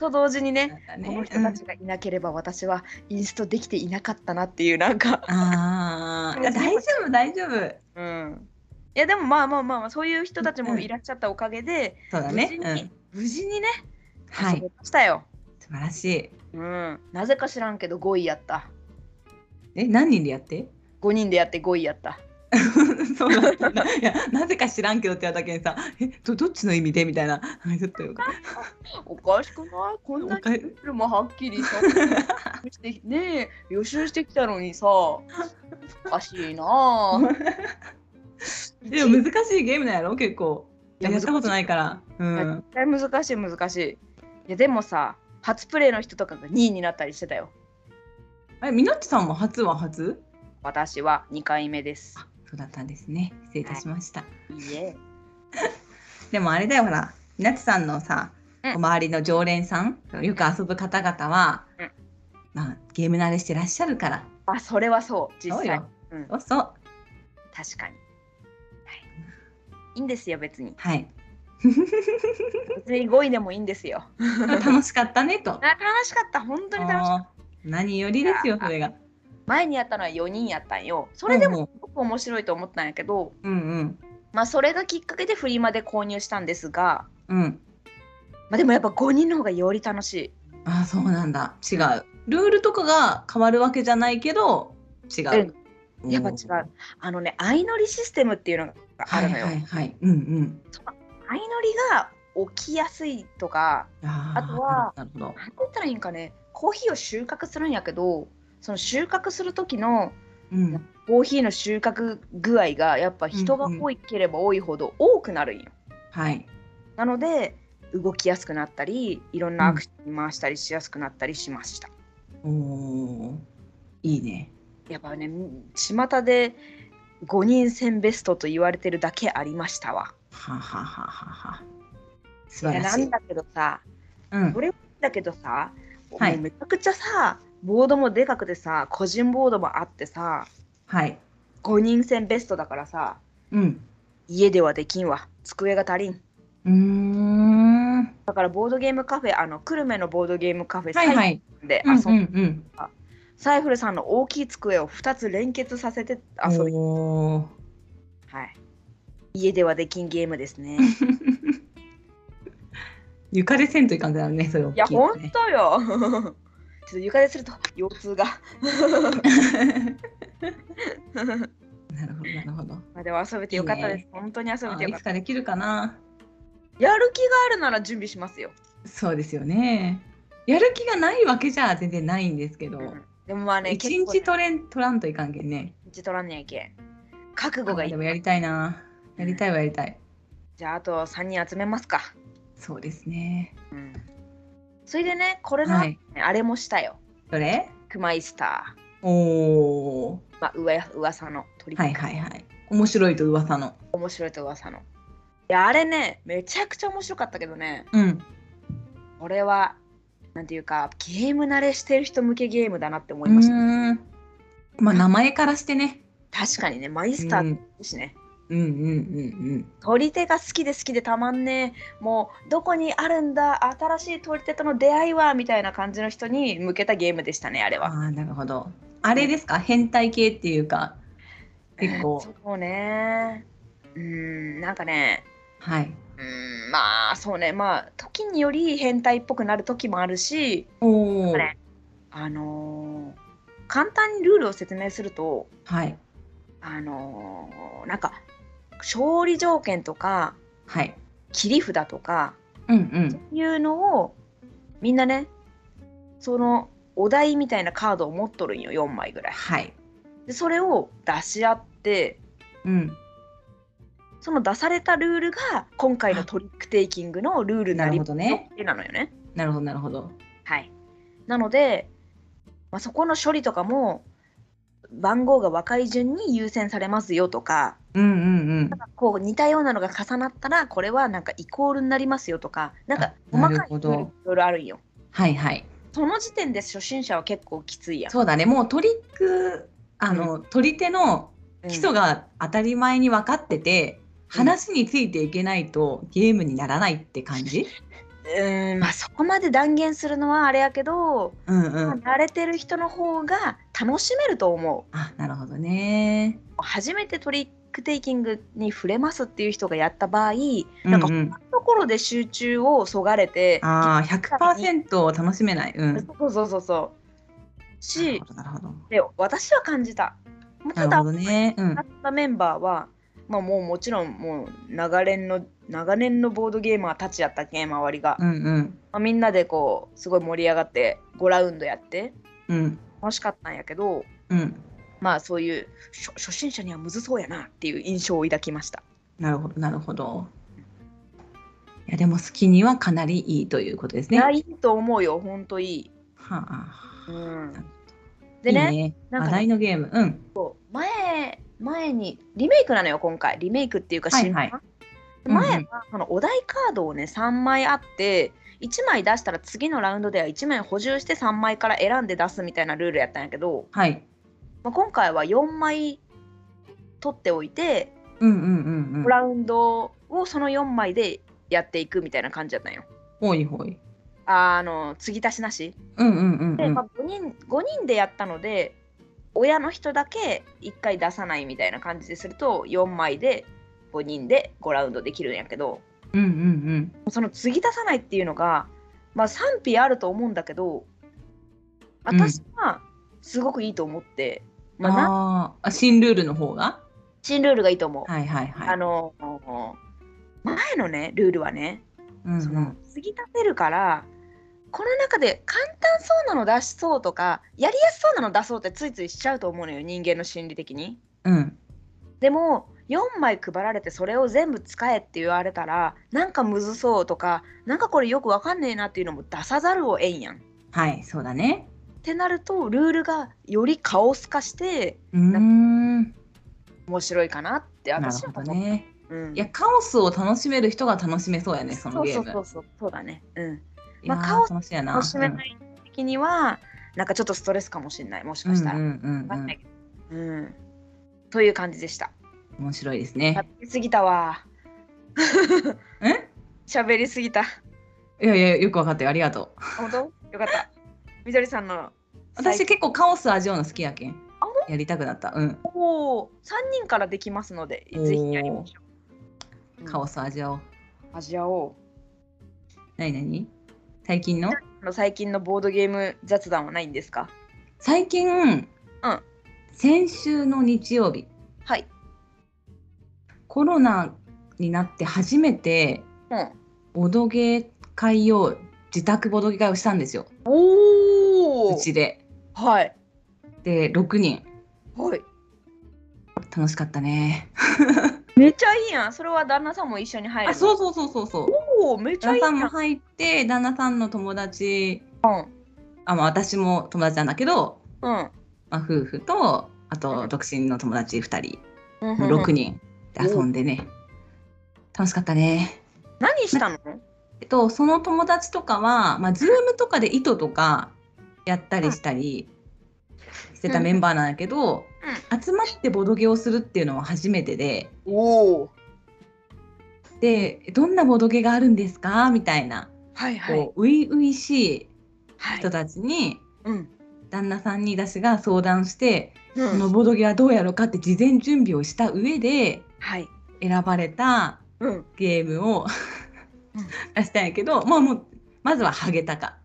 S1: と同時にねこの人たち
S2: ね
S1: がいなければ私はインストできていなかったなっていうなんか、
S2: うんあーいや大丈夫大丈夫
S1: うん、いやでもまあまあまあまあそういう人たちもいらっしゃったおかげで、
S2: そうだね、
S1: 無事
S2: うん
S1: に、無事にね
S2: は
S1: 遊
S2: い
S1: べましたよ。
S2: 素晴らしい
S1: うん、なぜか知らんけど5位やった
S2: え何人でやって
S1: 5人でやって5位やった
S2: そうだったんだいやなぜか知らんけどって言われたけんさえどどっちの意味でみたいなちょっとよく
S1: おかしくないこんな
S2: お
S1: に
S2: か
S1: ルールもはっきり さしてねえ予習してきたのにさおかしいなあ
S2: でも難しいゲームなんやろ結構
S1: いや
S2: やったことないからうん
S1: 絶対難しい難しいいやでもさ初プレイの人とかが2位になったりしてたよ
S2: えみなっちさんも初は初
S1: 私は2回目です
S2: そうだったんですね失礼いたしました、
S1: いいえ
S2: でもあれだよほらみなっちさんのさ、
S1: うん
S2: お周りの常連さんよく遊ぶ方々は、
S1: うん
S2: まあ、ゲーム慣れしてらっしゃるから
S1: あそれはそう実
S2: そう
S1: 際
S2: よ、
S1: うん、
S2: そうそう
S1: 確かに、はい、いいんですよ別に
S2: はい
S1: 別に5位でもいいんですよ
S2: 楽しかった ねと
S1: あ楽しかった本当に楽しかった
S2: あー何よりですよそれが
S1: 前にやったのは4人やったんよそれでも
S2: も
S1: すごく面白いと思ったんやけど、
S2: うん
S1: まあそれがきっかけでフリマで購入したんですが、
S2: うんうん
S1: まあ、でもやっぱ5人の方がより楽しい
S2: あそうなんだ違うルールとかが変わるわけじゃないけど違う、
S1: うん、やっぱ違うあのね相乗りシステムっていうのがあるのよ、
S2: はいはいはいうんうん
S1: 相乗りが起きやすいとか
S2: あー
S1: あとは
S2: なるほど
S1: なんて言ったらいいんかねコーヒーを収穫するんやけどその収穫する時の
S2: うん
S1: コーヒーの収穫具合がやっぱ人が多ければ多いほど多くなるんよ、
S2: はい
S1: なので動きやすくなったりいろんなアクションに回したりしやすくなったりしました、
S2: おーいいね
S1: やっぱね巷で5人戦ベストと言われてるだけありましたわ
S2: はあはあはあはあはあ素
S1: い
S2: 晴
S1: や
S2: ら
S1: な
S2: しい
S1: んだけどさ
S2: うん
S1: それだけどさ、
S2: はい
S1: もうめちゃくちゃさボードもでかくてさ個人ボードもあってさ
S2: はい
S1: 5人戦ベストだからさ
S2: うん
S1: 家ではできんわ机が足りん
S2: うーんは
S1: だからボードゲームカフェあの久留米のボードゲームカフェ、
S2: いは
S1: サ
S2: い
S1: イフルで
S2: うん
S1: 遊ん
S2: うんうん
S1: サイフルさんの大きい机を2つ連結させて遊び、
S2: おー
S1: はい、家ではできんゲームですね
S2: 床でせんといかんってなるねそれ大 き
S1: いや
S2: いよ
S1: ほん
S2: ね
S1: とよ ちょっと床ですると腰痛が
S2: なるほどなるほど
S1: まあでも遊べてよかったです
S2: いい
S1: 本当に遊べ
S2: あ
S1: てよ
S2: い
S1: かっ
S2: つ
S1: た
S2: かできるかな
S1: やる気があるなら準備しますよ、
S2: そうですよねやる気がないわけじゃ全然ないんですけど
S1: うんでもまあね
S2: 一、
S1: 結構ね
S2: 日取れん取らんといかんけんね
S1: 一日取らんねやけん覚
S2: あ
S1: 悟がいい
S2: でもやりたいなやりたいはやりたい
S1: じゃああと3人集めますか
S2: そうですね
S1: うんそれでねこれの、
S2: はい
S1: あれもしたよ
S2: どれ
S1: クマイスタ
S2: おお
S1: ー、まあ、うわ噂のトリック、
S2: はいはいはい面白いと噂の
S1: 面白いと噂のいやあれねめちゃくちゃ面白かったけどね
S2: うん
S1: これはなんていうかゲーム慣れしてる人向けゲームだなって思
S2: う
S1: いました
S2: ーんまあ名前からしてね
S1: 確かにねマイスタ
S2: う
S1: ー
S2: ん
S1: ですね、
S2: うんうんうん
S1: 取り手が好きで好きでたまんねえもうどこにあるんだ新しい取り手との出会いはみたいな感じの人に向けたゲームでしたねあれ
S2: うん
S1: は、
S2: ああなるほどあれですか変態系っていうか結構
S1: そうねうーんなんかね
S2: はいう
S1: ーんまあそうねまあ時により変態っぽくなる時もあるし
S2: おお
S1: これあのー簡単にルールを説明すると
S2: はい
S1: あのーなんか勝利条件とか
S2: はい
S1: 切り札とか
S2: うんうん
S1: いうのをみんなねそのお題みたいなカードを持っとるんよ4枚ぐらい
S2: はい
S1: でそれを出し合って
S2: うん
S1: その出されたルールが今回のトリックテイキングのルールな
S2: なる
S1: り
S2: ほどね
S1: なのよね
S2: なるほどなるほど
S1: はい、なので、まあ、そこの処理とかも番号が若い順に優先されますよとか
S2: うんうんうん
S1: こう似たようなのが重なったらこれはなんかイコールになりますよとかなんか
S2: あ
S1: 細
S2: な
S1: かい
S2: る
S1: ル
S2: ほ
S1: ー
S2: ど
S1: ルいろいろあるんよ。
S2: はいはい
S1: その時点で初心者は結構きついやん。
S2: そうだねもうトリックあの、取り手の基礎
S1: が
S2: が当たり前に分かってて、
S1: うん
S2: 話についていけないとゲームにならないって感じ、
S1: うんまあ、そこまで断言するのはあれやけど、
S2: うん、うん
S1: まあ慣れてる人の方が楽しめると思う。
S2: あなるほどね
S1: 初めてトリックテイキングに触れますっていう人がやった場合なんか
S2: うんうん
S1: 他のところで集中をそがれて、
S2: あー100%楽しめないうんなる
S1: そうそうそうそうし
S2: ほどなるほど
S1: で私は感じたもう
S2: な
S1: た
S2: る
S1: だ
S2: ほどねうん
S1: 参加したメンバーは、まあ、もうもちろんもう長年の長年のボードゲーマーたちやったけん周りが、
S2: うんうん
S1: まあ、みんなでこうすごい盛り上がって5ラウンドやって
S2: うん
S1: 楽しかったんやけど
S2: うん
S1: まあそういう初初心者にはむずそうやなっていう印象を抱きました
S2: なるほどなるほどいやでも好きにはかなりいいということですね
S1: いや
S2: はい
S1: いと思うよほんといい、
S2: あ
S1: うん、
S2: い
S1: で
S2: い
S1: ね
S2: ね
S1: なんかね
S2: 話題のゲームうん
S1: 前前にリメイクなのよ今回リメイクっていうか
S2: はい
S1: 新版、
S2: はいうんう
S1: 前
S2: ん
S1: はそのお題カードをね3枚あって1枚出したら次のラウンドでは1枚補充して3枚から選んで出すみたいなルールやったんやけど、
S2: はい
S1: まあ、今回は4枚取っておいて
S2: うんうんうんうん
S1: ラウンドをその4枚でやっていくみたいな感じだったんよ。
S2: ほいほい
S1: あの継ぎ足しなし
S2: うんうんうん
S1: で、
S2: うん
S1: まあ、5, 人5人でやったので親の人だけ1回出さないみたいな感じですると4枚で5人で5ラウンドできるんやけど
S2: うんうんうん
S1: その継ぎ出さないっていうのがまあ賛否あると思うんだけど
S2: うん
S1: 私はすごくいいと思って、まあな
S2: あーあ新ルールの方が
S1: 新ルールがいいと思う。
S2: はいはいはい。
S1: あの前のねルールはね、
S2: うんうん
S1: その継ぎ立てるからこの中で簡単そうなの出しそうとかやりやすそうなの出そうってついついしちゃうと思うのよ人間の心理的に。
S2: うん
S1: でも4枚配られてそれを全部使えって言われたらなんかむずそうとかなんかこれよくわかんねえなっていうのも出さざるをえんやん。っ
S2: はいそうだね。
S1: てなるとルールがよりカオス化して
S2: うーんな
S1: 面白いかなって
S2: る
S1: 私は
S2: ほど
S1: 思う。
S2: ね。
S1: うん
S2: いやカオスを楽しめる人が楽しめそうやねそのゲーム。
S1: そうそうそうそうそうだね。うん
S2: いやー
S1: まあカオス
S2: 楽しいやな。
S1: 楽しめない時には、なんかちょっとストレスかもしれないもし
S2: うん
S1: かしたら。
S2: う
S1: わ
S2: んうんう
S1: かん
S2: ん
S1: ないけどうんという感じでした。
S2: うん、面白いですね。
S1: 喋りすぎたわ。
S2: え
S1: 喋りすぎた。
S2: いやいやよく分かったよありがとう。
S1: 本当よかった。みどりさんの
S2: 私結構カオス味わうの好きやけん。やりたくなった。うん。
S1: 構3人からできますので、
S2: おー
S1: ぜひやりましょう。
S2: カオ
S1: ス。
S2: ス味わおう。
S1: 味わおう。
S2: 何何最近の
S1: あの最近のボードゲーム雑談はないんですか
S2: 最近、うん、先週の日曜日
S1: はい。
S2: コロナになって初めて
S1: うん。
S2: ボドゲー会を自宅ボドゲ会をしたんですよ
S1: お
S2: うちで。
S1: はい。
S2: で6人
S1: はい。
S2: 楽しかったね。
S1: めっちゃいいやん。それは旦那さんも一緒に入るの。
S2: あそうそうそうそうそう。
S1: おーめっちゃ
S2: 旦
S1: いいや
S2: 那さ
S1: ん。
S2: んも入って旦那さんの友達あ、まあ、私も友達なんだけど、
S1: うん。
S2: まあ、夫婦とあ
S1: う
S2: と
S1: ん
S2: 独身の友達2人
S1: うんうんうん
S2: 6人で遊んでね楽しかったね。
S1: 何したの
S2: えっと、その友達とかは、まあ、Zoom とかで糸とかやったりしたりしてたメンバーなんだけど、集まってボドゲをするっていうのは初めてで
S1: おお
S2: でどんなボドゲがあるんですかみたいな
S1: はいはい
S2: こう初々、しい
S1: はい
S2: 人たちに
S1: うん
S2: 旦那さんに私が相談して、
S1: う
S2: この
S1: ん
S2: ボドゲはどうやろうかって事前準備をした上で
S1: はい
S2: 選ばれた
S1: うん
S2: ゲームを
S1: うん
S2: 出したんやけど、まあ、もうまずはハゲタカ。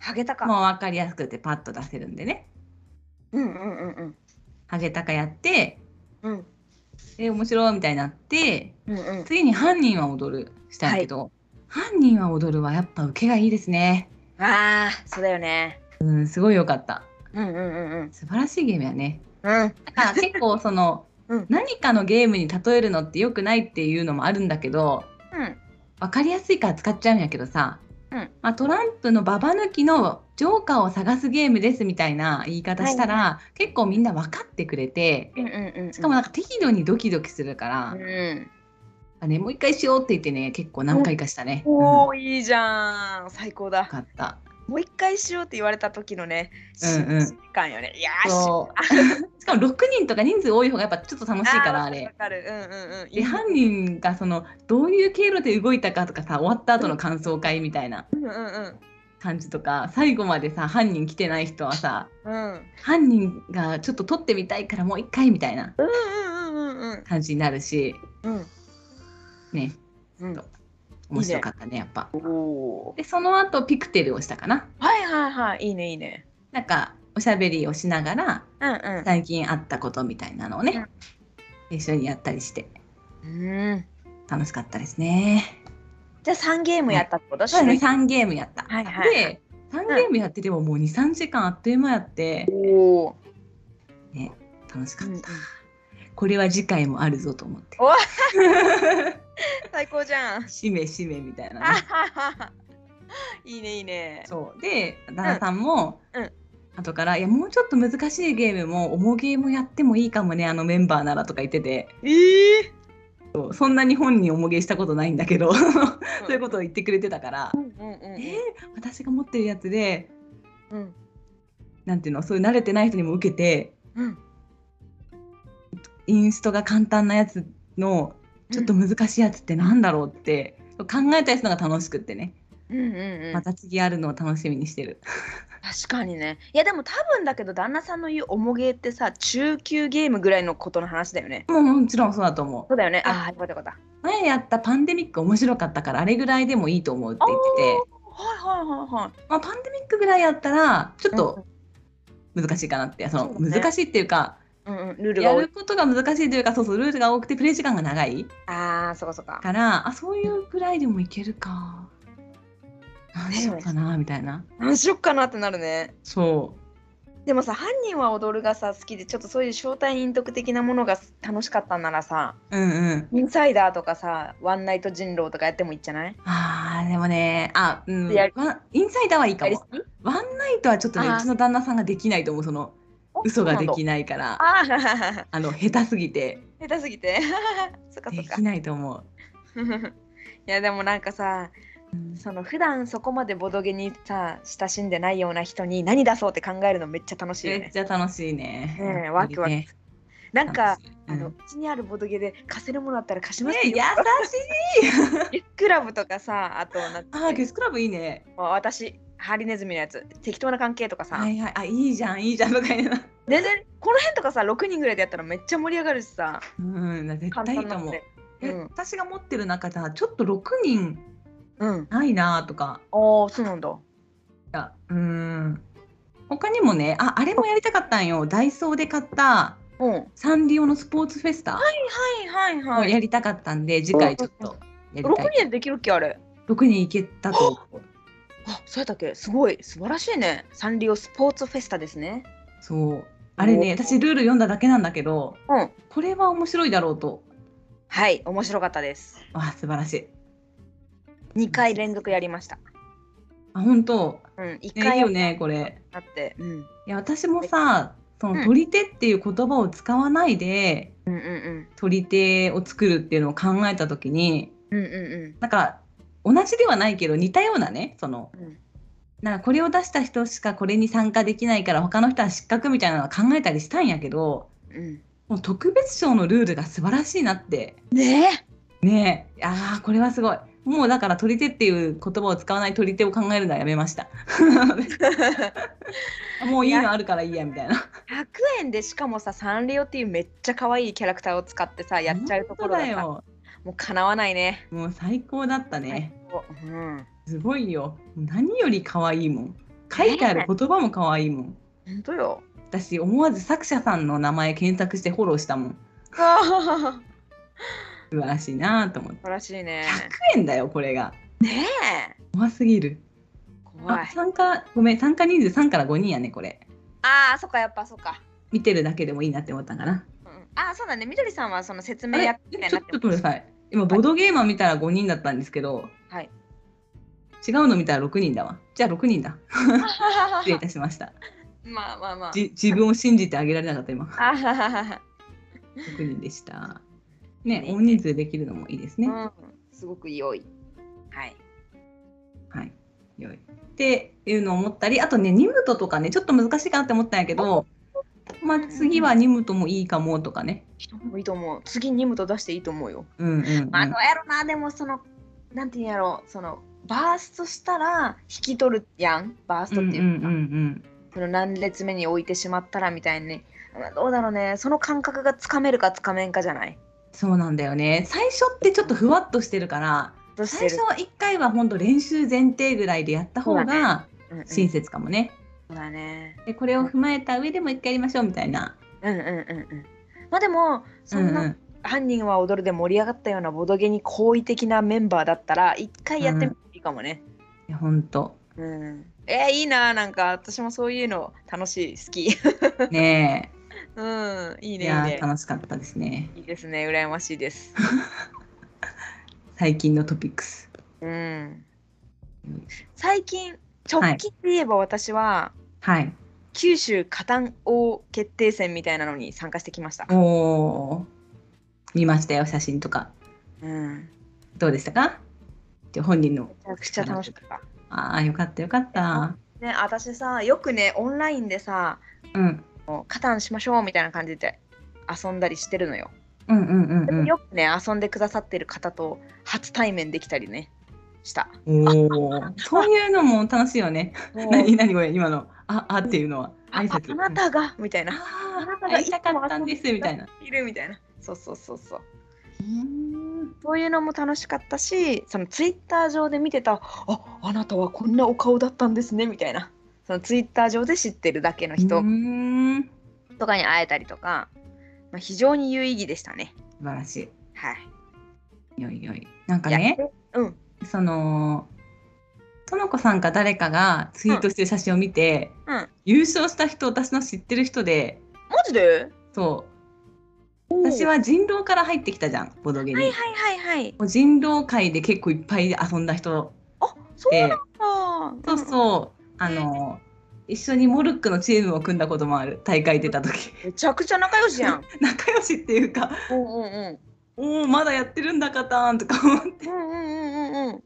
S1: ハゲタカ
S2: もう分かりやすくてパッと出せるんでね。
S1: うんうんうんうん
S2: ハゲタカやって
S1: うん
S2: で面白いみたいになって
S1: うんうん
S2: 次に「犯人は踊る」したんやけど、犯人は踊る」はやっぱ受けがいいですね。
S1: あーそうだよね
S2: うんすごい良かった。
S1: うんうんうん
S2: 素晴らしいゲームやね。
S1: うんうん
S2: だから結構そ の
S1: うん
S2: 何かのゲームに例えるのって良くないっていうのもあるんだけど
S1: うん
S2: 分かりやすいから使っちゃうんやけどさ、
S1: うん
S2: まあ、トランプのババ抜きのジョーカーを探すゲームですみたいな言い方したら、結構みんな分かってくれて
S1: うんうんうん
S2: しかもなんか適度にドキドキするから、
S1: うん
S2: あね、もう一回しようって言ってね結構何回かしたね。
S1: お
S2: うん
S1: おいいじゃん最高だ
S2: よかった
S1: もう一回しようって言われた時のね
S2: うんうん
S1: 新鮮感よねいやーし
S2: そう しかも6人とか人数多い方がやっぱちょっと楽しいから
S1: ー
S2: あれ
S1: わ。かるわかるうんうんうん
S2: で犯人がそのどういう経路で動いたかとかさ終わった後の感想会みたいな
S1: うんうんうん
S2: 感じとか最後までさ犯人来てない人はさ
S1: うんうん
S2: 犯人がちょっと撮ってみたいからもう一回みたいな
S1: うんうんうん
S2: 感じになるし
S1: うん
S2: ね
S1: うんうん
S2: 面白かったねやっぱ。
S1: おお
S2: でその後ピクテルをしたかな。
S1: はいはいはいいいねいいね
S2: なんかおしゃべりをしながら
S1: うんうん
S2: 最近あったことみたいなのをね、一緒にやったりして
S1: うん
S2: 楽しかったですね。
S1: じゃあ3ゲームやったってこと
S2: そうだね
S1: 種類
S2: 3ゲームやった。
S1: はいはい
S2: で3ゲームやってでももう23時間あっという間やって
S1: おお
S2: 楽しかった、
S1: うんうん
S2: これは次回もあるぞと思って
S1: お最高じゃん
S2: しめしめみたいな
S1: あは
S2: ね。
S1: ははいいねいいね
S2: そうで旦那さんも、
S1: うんうん
S2: 後から「いやもうちょっと難しいゲームも重ゲーもやってもいいかもねあのメンバーなら」とか言ってて
S1: ええ
S2: そうそんなに本人重ゲーしたことないんだけどそ
S1: そう
S2: いうことを言ってくれてたから
S1: とうんうんうん
S2: えー私が持ってるやつで
S1: うん
S2: なんていうのそういう慣れてない人にも受けて
S1: うん
S2: インストが簡単なやつのちょっと難しいやつってなんだろうって、考えたやつのが楽しくってね、
S1: うんうんうん
S2: また次あるのを楽しみにしてる。
S1: 確かにねいやでも多分だけど旦那さんの言うおもげってさ中級ゲームぐらいのことの話だよね
S2: もうもちろんそうだと思
S1: そうだよね
S2: あ
S1: ああよかったよかった
S2: う。前やったパンデミック面白かったからあれぐらいでもいいと思うって言ってて、
S1: はいはいはいはい。
S2: まあ、パンデミックぐらいやったらちょっと難しいかなって、その
S1: そうね
S2: 難しいっていうか
S1: うんうん、ルールが
S2: や
S1: 多い
S2: る。ことが難しいというかそうそうルールが多くてプレイ時間が長い
S1: ああ、そうかそうか。
S2: からあそういうぐらいでもいけるか何しようかなみたいな
S1: 何しよっかなってなるね。
S2: そ
S1: でもさ、犯人は踊るがさ、好きで、ちょっとそういう正体人徳的なものが楽しかったんならさ、
S2: ううんうん
S1: インサイダーとかさ、ワンナイト人狼とかやってもいいんじゃない
S2: あーでもねあうん
S1: やり
S2: ワンインサイダーはいいか
S1: やり
S2: も
S1: すぎ
S2: ワンナイトはちょっとね
S1: あー
S2: うちの旦那さんができないと思うその嘘ができ
S1: い。
S2: ないから
S1: ああ、
S2: あの下手すぎて
S1: 下手すぎて。そっかそ
S2: で
S1: っか
S2: き。ないと思う。
S1: いやでもなんかさその普段そこまでボドゲにさ親しんでないような人に何出そうって考えるのめっちゃ楽しいよ
S2: めっ
S1: ね。
S2: ちゃ楽しいね。
S1: ねえ
S2: やっぱり
S1: ワクワク
S2: ね
S1: なんか、、
S2: 楽しい
S1: あの
S2: う
S1: うんちにあるボドゲで貸せるものあったら貸しま
S2: ね
S1: す
S2: え優しい
S1: よ。。ゲスクラブとかさあとなん
S2: あ
S1: か
S2: ーゲスクラブいいね。
S1: 私ハリネズミのやつ適当な関係とかさ、
S2: はいはいあいいじゃんいいじゃんとか言うな。
S1: 全然この辺とかさ6人ぐらいでやったらめっちゃ盛り上がるしさ
S2: うん絶
S1: 簡
S2: 対いい
S1: 単
S2: か
S1: なの
S2: も
S1: で。。
S2: え
S1: うん
S2: 私が持ってる中でちょっと6人
S1: うん。
S2: ないなとか。
S1: ああそうなんだ。
S2: いやうん。他にもねああれもやりたかったんよダイソーで買った
S1: うん。は
S2: サンリオのスポーツフェスタ
S1: いはい
S2: を
S1: はい。
S2: やりたかったんで、次回ちょっとやり
S1: 6
S2: たい。
S1: 人でできるっけあれ。
S2: 6人いけたと思う。
S1: あ、そうやったっけすごい、素晴らしいね。サンリオスポーツフェスタですね。
S2: そう。あれね、
S1: おー
S2: 私ルール読んだだけなんだけど、
S1: うん
S2: これは面白いだろうと。
S1: はい、面白かったです。
S2: わあ、素晴らしい。
S1: 2回連続やりました。
S2: あ、本当。
S1: うん、1
S2: ね、
S1: 回
S2: いいよね、これ。
S1: あって、うん。
S2: いや、私もさ、その、
S1: うん
S2: 取り手っていう言葉を使わないで、
S1: うんうん
S2: 取り手を作るっていうのを考えたときに、
S1: うん。うんうん
S2: なんか、同じではないけど、似たようなね、その、
S1: うん。うん
S2: なんかこれを出した人しかこれに参加できないから、他の人は失格みたいなのは考えたりしたんやけど、
S1: うん、
S2: もう特別賞のルールが素晴らしいなって
S1: ね
S2: ねえ、ああ、これはすごい。もうだから取り手っていう言葉を使わない取り手を考えるのはやめま した。
S1: え100
S2: もういいのあるからいいやみたいな。
S1: 円でしかもさサンリオっていうめっちゃ可愛いキャラクターを使ってさやっちゃうところが
S2: 本当だ
S1: さ
S2: よ。
S1: もうかなわないね。
S2: もう最高だったね。
S1: うん、
S2: すごいよ。何より可愛いもん。書いてある言葉も可愛いもん。
S1: 本当よ。
S2: 私思わず作者さんの名前検索してフォローしたもん。
S1: あー素
S2: 素晴らしいなと思って。
S1: 晴らしいね。
S2: 100円だよこれが。
S1: ね
S2: 怖すぎる。
S1: え怖
S2: あ
S1: い。
S2: 参加ごめん参加人数3から5人やねこれ。
S1: ああ、そっか、やっぱそっか。
S2: 見てるだけでもいいなって思ったんかな。
S1: うんあ、そうだね。みどりさんはその説
S2: あ
S1: 明
S2: れ
S1: やってみたい
S2: ち
S1: な
S2: ょっ
S1: って
S2: とください。今、ボードゲーマー見たら5人だったんですけど、
S1: はい。
S2: 違うの見たら6人だわ。じゃあ6人だ。 失礼いたしました。
S1: まあまあまあ。
S2: じ自分を信じてあげられなかった今。
S1: あはははは
S2: 6人でした。ね、大人数できるのもいいですね。
S1: うん、すごく良い。はい。
S2: はい。よい。っていうのを思ったり、あとね、ニムトとかね、ちょっと難しいかなって思ったんやけど、まあ次はニムトもいいかもとかね。
S1: いいと思う。次にムと出していいと思うよ。
S2: うんうん、うん。
S1: まあ、どうやろな、でもその、なんていうんやろう、その、バーストしたら引き取るやん、バース
S2: うん
S1: ト
S2: う
S1: っ
S2: ん
S1: て
S2: う
S1: い
S2: んう
S1: う。
S2: ん。
S1: その何列目に置いてしまったらみたいに、まあどうだろうね、その感覚がつかめるかつかめんかじゃない。
S2: そうなんだよね。最初ってちょっとふわっとしてるから、
S1: どうし
S2: 最
S1: てる
S2: 初は1回は本当練習前提ぐらいでやった方
S1: そうだ
S2: が
S1: うんうんそ
S2: 親切かもね。
S1: うだね。
S2: でこれを踏まえた上でもう一回やりましょうみたいな。
S1: うんうんうんうん。まあでも、そん
S2: う
S1: な犯人は踊るで盛り上がったようなボドゲに好意的なメンバーだったら、一回やってみていいかもね。
S2: いや本当
S1: うん、えーいいななんか私もそういうの楽しい好き
S2: ね
S1: うんいいね
S2: え。
S1: い
S2: い
S1: い
S2: や
S1: ね
S2: 楽しかったですね。
S1: いいですね羨ましいです
S2: 最近のトピックス。
S1: うん最近直近で言えば私は、
S2: はい。
S1: 九州加担王決定戦みたいなのに参加してきました
S2: お、おー見ましたよ写真とか
S1: うん、め
S2: どうでしたか？じゃあ本人の
S1: ちゃくちゃ楽しかった、
S2: ああよかったよかった。
S1: ね、私さよくねオンラインでさ
S2: うん
S1: 加担しましょうみたいな感じで遊んだりしてるのよ、
S2: うんうんうんうん。
S1: よくね遊んでくださってる方と初対面できたりね した
S2: おおそういうのも楽しいよね。何何これ今のああっていうのは
S1: あ
S2: 挨拶。
S1: あなたがみたいな
S2: あー
S1: あなたが
S2: 会いたかったんですみたいな。
S1: いるみたいな。そうそうそうそう。
S2: うん
S1: そういうのも楽しかったしそのツイッター上で見てたああなたはこんなお顔だったんですねみたいなそのツイッター上で知ってるだけの人
S2: うん
S1: とかに会えたりとか、まあ、非常に有意義でしたね。
S2: 素晴らし
S1: はい
S2: いよいよいなんか
S1: いや
S2: ね
S1: うん
S2: そのともこさんか誰かがツイートしてる写真を見て、
S1: うん
S2: 優勝した人私の知ってる人で
S1: マジで
S2: そう私は人狼から入ってきたじゃんボドゲに、
S1: はいはいはいはい
S2: もう人狼界で結構いっぱい遊んだ人
S1: あそうな
S2: で
S1: んだ
S2: そうそう、あの一緒にモルックのチームを組んだこともある大会出た時
S1: めちゃくちゃ仲良しやん
S2: 仲良しっていうか
S1: うんうんうん
S2: 「おおまだやってるんだカターン」とか思っ
S1: うんうんうんうんうん
S2: て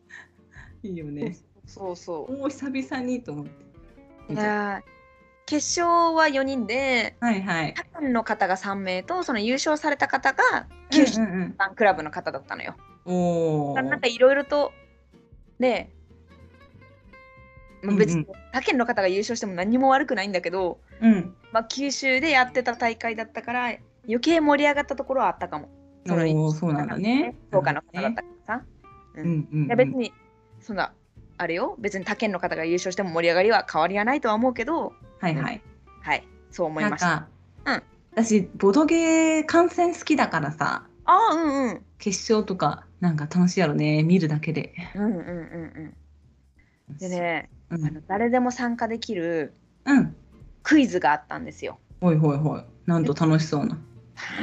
S2: いいよね
S1: そうそう
S2: おお久々にと思って
S1: いやー決勝は4人で
S2: はいはい
S1: 他分の方が3名とその優勝された方が九州
S2: うんうんうん
S1: クラブの方だったのよ。
S2: おお
S1: なんかいろいろとねまあ別
S2: うんう
S1: に他県の方が優勝しても何にも悪くないんだけど、
S2: うん
S1: まあ、九州でやってた大会だったから余計盛り上がったところはあったかも。その
S2: おーそうなんだね
S1: そうかの方だったからさ。
S2: うんうんうん
S1: いや別にそんなあれよ別に他県の方が優勝しても盛り上がりは変わりはないとは思うけど
S2: はいはい
S1: はいそう思い
S2: なん
S1: ました。
S2: か、
S1: うん
S2: 私ボドゲー観戦好きだからさ
S1: ああうんうん
S2: 決勝とかなんか楽しいやろね見るだけで
S1: うんうんうんうん。でね
S2: う
S1: あの
S2: ん、
S1: 誰でも参加できる
S2: うん、
S1: クイズがあったんですよ。
S2: ほいほいほいなんと楽しそうな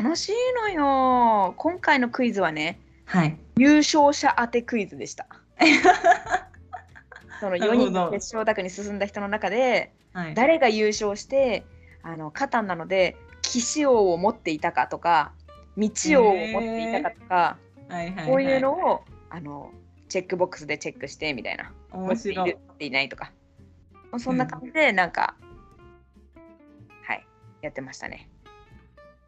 S1: 楽しいのよ今回のクイズはね
S2: はい
S1: 優勝者当てクイズでした その
S2: なる
S1: 4
S2: ほど
S1: 人の決勝宅に進んだ人の中で
S2: はい
S1: 誰が優勝してあのカタンなので騎士王を持っていたかとか道王を持っていたかとか、
S2: はいはい、
S1: こういうのをあのチェックボックスでチェックしてみたいな
S2: 面
S1: 持
S2: 白
S1: ってい
S2: い
S1: る。持っていないとかそんな感じでなんか、はいやってましたね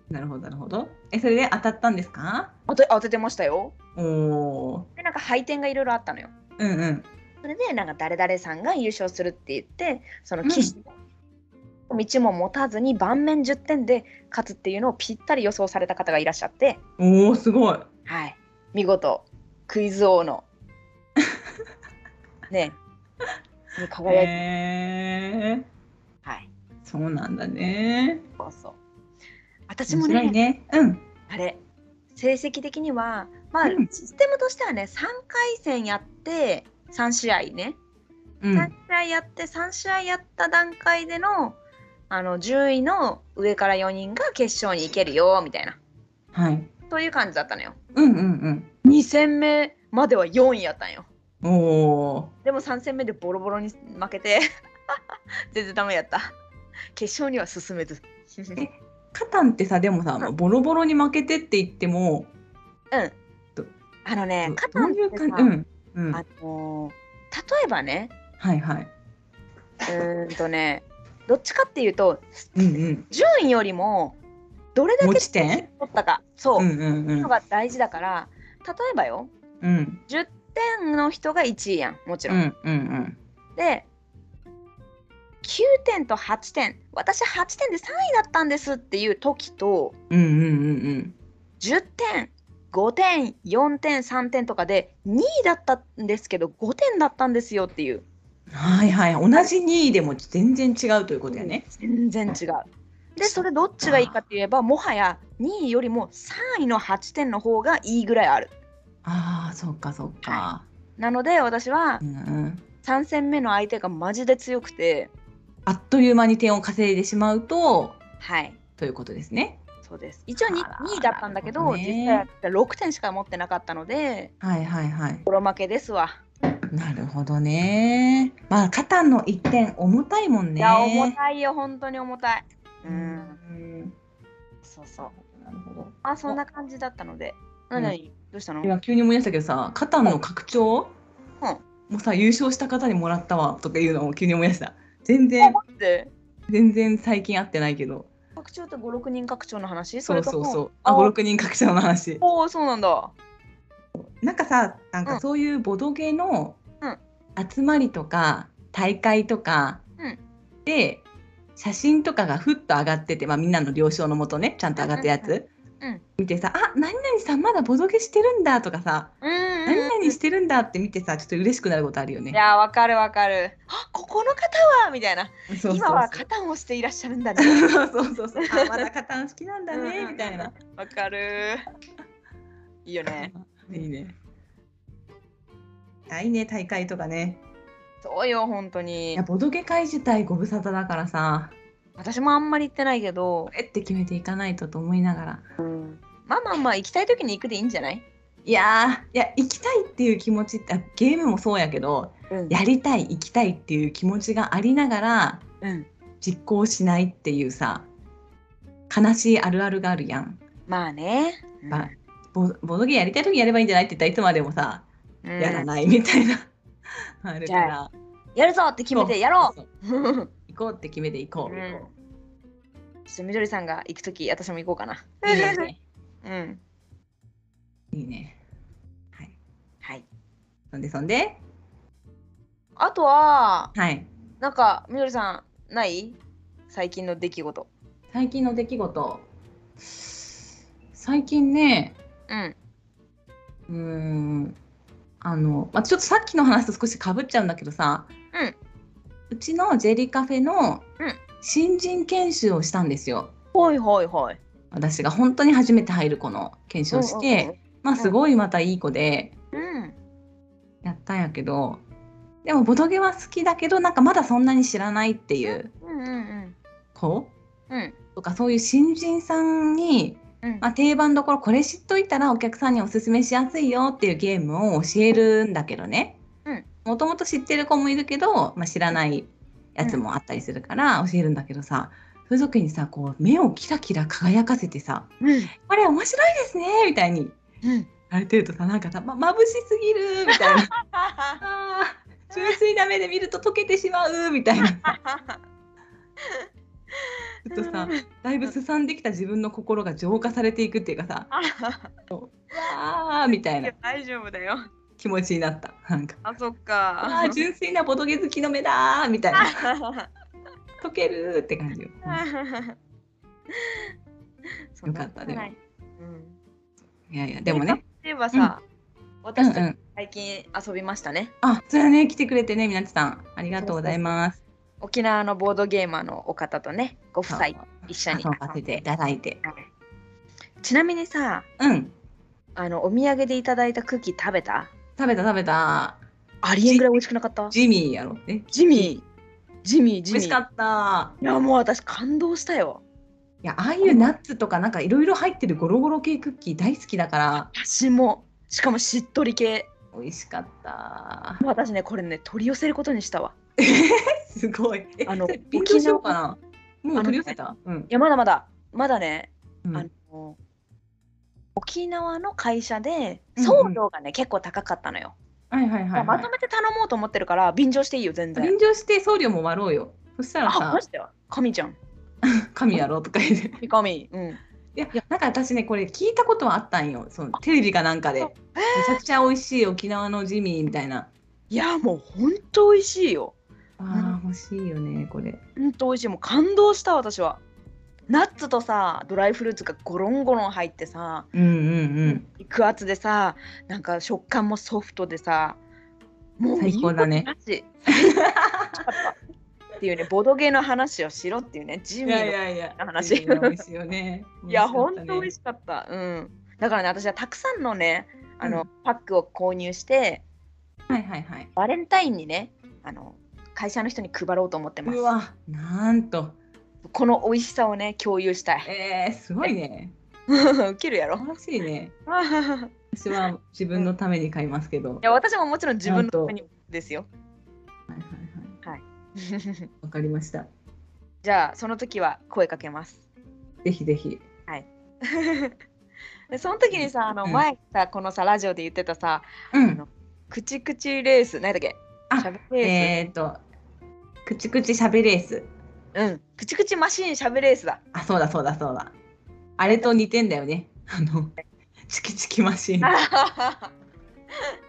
S2: なるほどなるほど。えそれで当たったんですか？
S1: 当て当ててましたよ
S2: おお
S1: でなんか配点がいろいろあったのよ
S2: ー。うんうん。
S1: それでなんか誰々さんが優勝するって言ってその騎士の道も持たずに盤面10点で勝つっていうのをぴったり予想された方がいらっしゃって、
S2: おおすごい。
S1: はい、見事クイズ王 のねに輝いて、
S2: へえ
S1: はい
S2: ー。そうなんだね。
S1: そうそう私
S2: 面
S1: も
S2: 白
S1: ね
S2: いね。うん。
S1: あれ成績的にはまあ、
S2: うん
S1: システムとしてはね3回戦やって3試合ね
S2: うん。
S1: 3試合やって3試合やった段階でのあの10位の上から4人が決勝に行けるよみたいな
S2: はい。
S1: という感じだったのよ
S2: うんうん
S1: 2戦目までは4位やったんよ
S2: うん。おお。
S1: でも3戦目でボロボロに負けて 全然ダメやった決勝には進めず
S2: えカタンってさでもさ、ボロボロに負けてって言っても、
S1: あのね
S2: ど
S1: カ
S2: ど
S1: タ
S2: う
S1: ンっ
S2: いう
S1: てさ、
S2: 感じ？うんうん。
S1: あのー例えばね
S2: はいはい。
S1: うーんとねどっちかっていうと
S2: うん
S1: 順位よりもどれだ
S2: うん。
S1: け
S2: 持
S1: 取
S2: ち点？
S1: ったかそうう、
S2: んうんう
S1: の
S2: ん。
S1: が大事だから例えばよ
S2: うん
S1: 10点の人が1位やんもち
S2: う
S1: ろん。
S2: んうんうん。
S1: で9点と8点私8点で3位だったんですっていう時と
S2: うんうんうんうん。
S1: 10点5点4点3点とかで2位だったんですけど5点だったんですよっていう
S2: はいはい同じ2位でも全然違うということやね。
S1: 全然違う。でそれどっちがいいかって言えばもはや2位よりも3位の8点の方がいいぐらいある。
S2: ああそっかそっか。
S1: なので私は
S2: うんうん、
S1: 3戦目の相手がマジで強くて
S2: あっという間に点を稼いでしまうと
S1: はい
S2: ということですね。
S1: そうです一応 2,
S2: あら
S1: 2位だったんだけど
S2: なるほどね
S1: 実際6点しか持ってなかったので
S2: はいはいはい。
S1: ボロ負けですわ。
S2: なるほどね。まあ肩の1点重たいもんね。
S1: いや重たいよ本当に重たい。う
S2: うんん。
S1: そうそう。
S2: なるほど。
S1: あそんな感じだったので。
S2: う
S1: 何
S2: ん
S1: 何どうしたの？
S2: 今急に思い出したけどさ肩の拡張、
S1: うん
S2: もうさ優勝した方にもらったわとかいうのを急に思い出した。全然
S1: で
S2: 全然最近会ってないけど。
S1: 拡張って五六人拡張の話？
S2: そうそう
S1: れと
S2: そ
S1: も
S2: う。あ
S1: あ
S2: 五六人拡張の話。
S1: おおそうなんだ。
S2: なんかさなん
S1: う
S2: か
S1: ん
S2: そういうボドゲの
S1: うん
S2: 集まりとか大会とか
S1: うん
S2: で写真とかがふっと上がってて、まあ、みんなの了承のもとねちゃんと上がったや
S1: うんう
S2: つ
S1: うん
S2: 見てさ「あ何々さんまだボドゲしてるんだ」とかさ
S1: うん
S2: 「
S1: うん
S2: 何々してるんだ」って見てさちょっと嬉しくなることあるよね
S1: い。やーわかるわかるあここの方はみたいな
S2: そうそうそう
S1: 今は肩をしていらっしゃるんだね
S2: そうそうそうあまだカタン好きなんだ
S1: うんう
S2: ね
S1: ん
S2: みたいな。
S1: わかるいいよね
S2: いいね。あいいね大会とかね。
S1: そうよ本当
S2: い
S1: に
S2: やボドゲ会自体ご無沙汰だからさ
S1: 私もあんまり行ってないけど
S2: えって決めていかないとと思いながら。
S1: まあまあまあ行きたい時に行くでいいんじゃない、
S2: いやーいや行きたいっていう気持ちってあゲームもそうやけど
S1: うん
S2: やりたい行きたいっていう気持ちがありながら
S1: うん、
S2: 実行しないっていうさ悲しいあるあるがあるやん。
S1: まあね、うん
S2: まあボボドゲやりたい時にやればいいんじゃないって言ったらいつまでもさ、
S1: うん
S2: やらないみたいな あるから
S1: やるぞって決めてやろ
S2: そう
S1: うちょ
S2: 行こうって決めて行こう。
S1: うんっとみどりさんが行く時私も行こうかな
S2: いいね
S1: うん
S2: いいね。はい、
S1: はい
S2: そんでそんで
S1: あとは
S2: はい
S1: なんかみどりさんない最近の出来事
S2: 最近の出来事最近ね
S1: うん
S2: うーんあの、まあ、ちょっとさっきの話と少しかぶっちゃうんだけどさ、
S1: うん
S2: うちのジェリカフェの
S1: うん
S2: 新人研修をしたんですよ。
S1: はいはいはい
S2: 私が本当に初めて入る子の研修をして、まあすごいまたいい子で
S1: うんうんうん、うん
S2: やったんやけどでもボドゲは好きだけどなんかまだそんなに知らないっていう
S1: うんうん
S2: 子
S1: うん
S2: とかそういう新人さんに、
S1: うん
S2: まあ、定番どころこれ知っといたらお客さんにおすすめしやすいよっていうゲームを教えるんだけどね
S1: うん
S2: もともと知ってる子もいるけど、まあ、知らないやつもあったりするから教えるんだけどさ、そういう時にさこう目をキラキラ輝かせてさ
S1: うん
S2: 「これ面白いですね」みたいに
S1: うん
S2: ある程度さなんかさ、ま、眩しすぎるみたいな あー純粋な目で見ると溶けてしまうみたいなちょっとさだいぶすさんできた自分の心が浄化されていくっていうかさわーみたい
S1: い
S2: な
S1: や大丈夫だよ
S2: 気持ちになったなんか
S1: あそっ
S2: あ
S1: か
S2: ー純粋なボトゲ好きの目だーみたいな溶けるーって感じよ、
S1: そんな
S2: よかったでも
S1: ないうん
S2: うんいやいやでもね
S1: 例えばさ、
S2: うんう
S1: 私たち
S2: ん
S1: 最近遊びましたね、
S2: あそれはね来てくれてねみなちさんありがとうございます
S1: 沖縄のボードゲーマーのお方とねご夫
S2: そう
S1: 妻一緒に
S2: 遊ばせていただいて
S1: ちなみにさ
S2: うん
S1: あのお土産でいただいたクッキー食べた
S2: 食べた食べた
S1: ありえんぐらい美味しくなかった
S2: ジミーやろえ
S1: ジミージミージ
S2: 美
S1: ミ
S2: 味しか
S1: ー
S2: った
S1: いやもう私感動したよ
S2: いやああいうナッツとかなんかいろいろ入ってるゴロゴロ系クッキー大好きだから
S1: 私もしかもしっとり系
S2: 美味しかった
S1: もう私ねこれね取り寄せることにしたわ
S2: すごいえ
S1: あの
S2: それ便乗しようかなもう取り寄せた、うん
S1: いやまだまだまだね、
S2: うん
S1: あの沖縄の会社で
S2: うんうん
S1: 送料がね、結構高かったのよ、
S2: はいはいはい、は
S1: ま
S2: い
S1: と、めて頼もうと思ってるから便乗していいよ全然
S2: 便乗して送料も割ろうよそしたら
S1: あ
S2: さ
S1: マジだよ神じゃん
S2: 「神やろ」うとか言って
S1: 神神うん
S2: いやなんか私ねこれ聞いたことはあったんよそのテレビかなんかで
S1: そう
S2: めちゃくちゃ美味しい沖縄のジミーみたいない
S1: やもうほんと美味しいよ
S2: あー欲しいよねこれ
S1: ほんと美味しいもう感動した私はナッツとさドライフルーツがゴロンゴロン入ってさ
S2: うんうんうん
S1: 肉厚でさなんか食感もソフトでさもう
S2: 最高だね
S1: 言うことなしっていうねボドゲの話をしろっていうねジ
S2: い
S1: ミーの
S2: やいや
S1: 話
S2: ジミーは美味しいよね
S1: いや、本当美味
S2: し
S1: しかった。うん。だからね、私はたくさんのね、あの、
S2: う
S1: パックを購入して、
S2: かったねはいはいはい
S1: バレンタインにね、あの、会社の人に配ろうと思ってます
S2: う。わなんと
S1: この美味しさをね、共有した い。
S2: えー、すごいね
S1: ウケるやろ。
S2: 楽しいね
S1: い
S2: 私は自分のために買いますけど、はい
S1: や、私ももちろん自分のためにですよ。
S2: はいはい、
S1: じ
S2: わかりました
S1: ゃあ、その時は声かけ ます。
S2: ぜひぜひ
S1: でその時にさ、あの、
S2: うん
S1: 前さ、このさ、ラジオで言ってたさ、
S2: う
S1: あのくちくちレース、何だっけ
S2: あ
S1: しゃべレー
S2: えっ、ー、とくちくちしゃべレース
S1: ス。うん。くちくちマシーンしゃべレースだ。
S2: あそうだそうだそうだあれと似てんだよねあのチキチキマシーン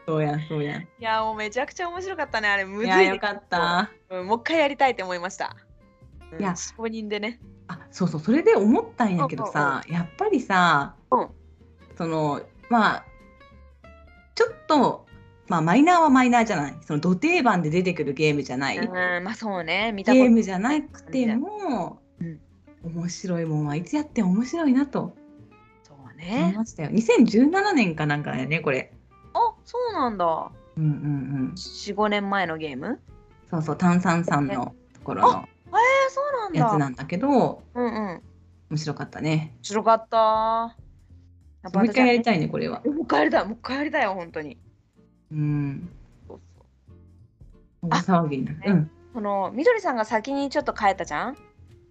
S2: そうやんそうやんい
S1: いやもうめちゃくちゃ面白かったねあれむずいね
S2: やよかった
S1: うんもう一回やりたいって思いました、うん、
S2: いや
S1: 5人でね
S2: あそうそうそれで思ったんやけどさやっぱりさ
S1: うん
S2: そのまあちょっと、まあ、マイナーはマイナーじゃないその土定番で出てくるゲームじゃない、
S1: うん、まあそうね、見たこ
S2: ゲー
S1: と。
S2: ムじゃなくても、
S1: うん
S2: 面白いもんはいつやっても面白いなと
S1: そう
S2: 思い
S1: ね。
S2: ましたよ。2017年かなんかだよねこれ。
S1: あ、そうなんだ。
S2: うんうんうん。
S1: 四五年前のゲーム？
S2: そうそう炭酸さんのところの
S1: えー、そうなんだ。
S2: やつなんだけど
S1: うんうん。面
S2: 面白かったね。
S1: 白かった。やっぱ
S2: もう一回やり
S1: 私
S2: たいねこれは。
S1: もう一回やりたい。もう一回やりたいよ本当に。
S2: うん。
S1: そうそう
S2: 大
S1: あ
S2: 騒ぎになる。うん
S1: そのみどりさんが先にちょっと帰ったじゃん。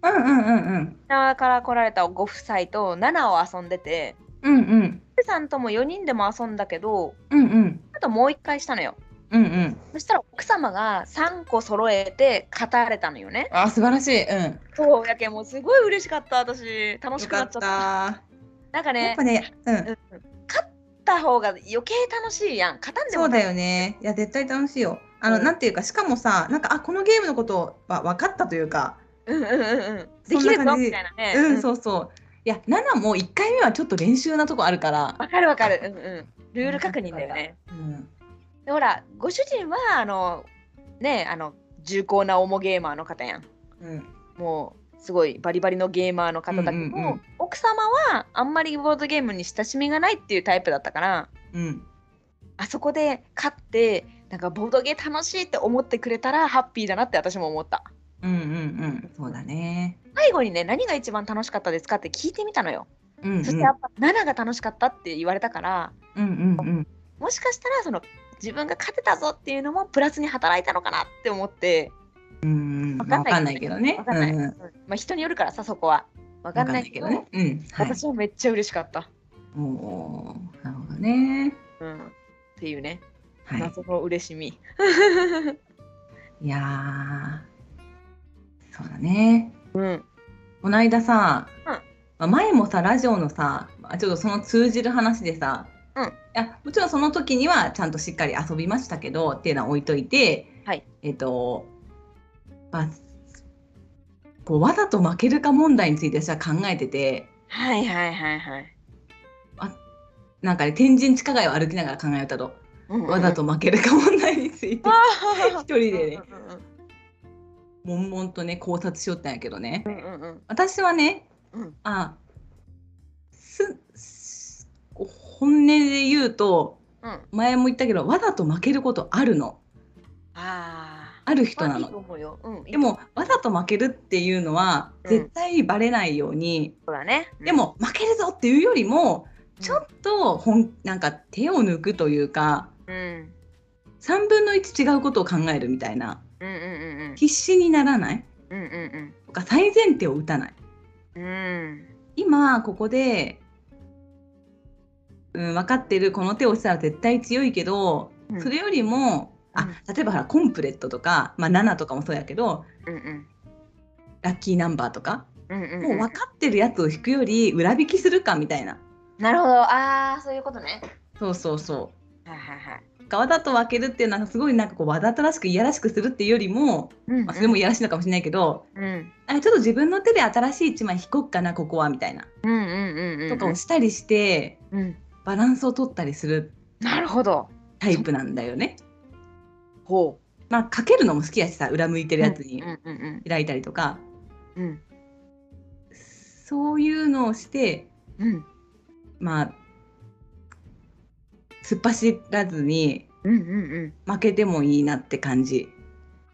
S1: 沖
S2: うんうんうんうん。
S1: 縄から来られたご夫妻とナナを遊んでて、
S2: うんうん。
S1: みどりさんとも4人でも遊んだけど、
S2: うんうん。
S1: あともう一回したのよ。
S2: うんうん。
S1: そしたら奥様が3個揃えて語れたのよね。
S2: あ素晴らしい。うん。
S1: そうやけんもうすごい嬉しかった私。楽し
S2: よ
S1: くな
S2: か
S1: っ
S2: っ
S1: ちゃっ
S2: た
S1: た。なんか
S2: や
S1: ね
S2: っぱ、ね、う
S1: うん
S2: ん。
S1: 勝った方が余計楽しいやん。勝たんでも
S2: そうだよね。いや絶対楽しいよ。あの、
S1: うん
S2: なんていうかしかもさなんかあこのゲームのことは分かったというか。
S1: うんうんうんうん。で
S2: そん
S1: き
S2: な
S1: るぞ
S2: 感じ
S1: みたいなね。
S2: うん、
S1: う
S2: そうそう。いや、ナナも1回目はちょっと練習なとこあるから
S1: ん。わかるわかる。うんうん。ルール確認だよね。
S2: うん、
S1: でほら、ご主人はあのねあの重厚な重ゲーマーの方やん。
S2: うん、
S1: もうすごいバリバリのゲーマーの方だけど、
S2: うんうんうん
S1: 奥様はあんまりボードゲームに親しみがないっていうタイプだったから、
S2: うん、
S1: あそこで勝ってなんかボードゲー楽しいって思ってくれたらハッピーだなって私も思った。
S2: うん、うん、うん、そうだね。
S1: 最後にね何が一番楽しかったですかって聞いてみたのよ。
S2: うん、うん、
S1: そしてやっぱ7が楽しかったって言われたから
S2: うん、うん、うん、
S1: もしかしたらその自分が勝てたぞっていうのもプラスに働いたのかなって思って
S2: うん、
S1: わ
S2: わ
S1: か
S2: か
S1: んない
S2: んないけどね。
S1: わかんない、
S2: うんうん
S1: うんまあ、人によるからさそこはわかんないけど
S2: わかんないけどね。うん、はい。
S1: 私はめっちゃ嬉しかった、
S2: おーなるほどね。
S1: うん、っていうね
S2: は
S1: 謎の嬉しみ、
S2: い。いやー。そうだね。
S1: うん
S2: この間さ。
S1: うん
S2: まあ前もさラジオのさあちょっとその通じる話でさ、
S1: うん
S2: いやもちろんその時にはちゃんとしっかり遊びましたけどっていうのは置いといて、
S1: はい
S2: えっ、と、まあ、こうわざと負けるか問題について私は考えてて
S1: はいはいはいはい、
S2: なんかね天神地下街を歩きながら考えたと
S1: うんうん
S2: わざと負けるか問題について
S1: あー
S2: 一人でね
S1: うん
S2: 悶々とね考察しよったんやけどね
S1: うんうんうん
S2: 私はね
S1: うん
S2: あすす本音で言うと
S1: うん
S2: 前も言ったけどわざと負けることあるの
S1: あ
S2: ある
S1: ー
S2: 人
S1: まあ
S2: な
S1: いいと
S2: の。
S1: 思うよ、うん、
S2: でもわざと負けるっていうのは
S1: うん
S2: 絶対バレないように、
S1: そうだね、うん
S2: でも負けるぞっていうよりも
S1: うん
S2: ちょっと本なんか手を抜くというか
S1: うん
S2: 3分の1違うことを考えるみたいな
S1: うんうんうん
S2: 必死にならない
S1: うんうんうん
S2: とか最前提を打たない
S1: うんうん
S2: 今ここで、うん、分かってるこの手をしたら絶対強いけど、
S1: うん
S2: それよりもあ例えばほらコンプレットとか、まあ、7とかもそうやけど
S1: うんうん
S2: ラッキーナンバーとか、
S1: うんうん
S2: もう分かってるやつを引くより裏引きするかみたいな
S1: なるほどああそういうことね
S2: そうそうそ
S1: はいはいはいう
S2: わざと分けるっていうのはすごいなんかこうわざとらしくいやらしくするっていうよりも、
S1: うんうん
S2: まあ、それもいやらしいのかもしれないけど、
S1: うん
S2: あちょっと自分の手で新しい1枚引こっかなここはみたいな、
S1: うんうんうんうん
S2: とかをしたりして
S1: うん
S2: バランスを取ったりする
S1: なるほど
S2: タイプなんだよね。
S1: ほ
S2: まあ、かけるのも好きやしさ裏向いて
S1: う
S2: るやつに
S1: うんうん
S2: 開いたりとか、
S1: うん
S2: そういうのをして
S1: うん
S2: まあ突っ走らずに
S1: うんうんうんうん
S2: 負けてもいいなって感じ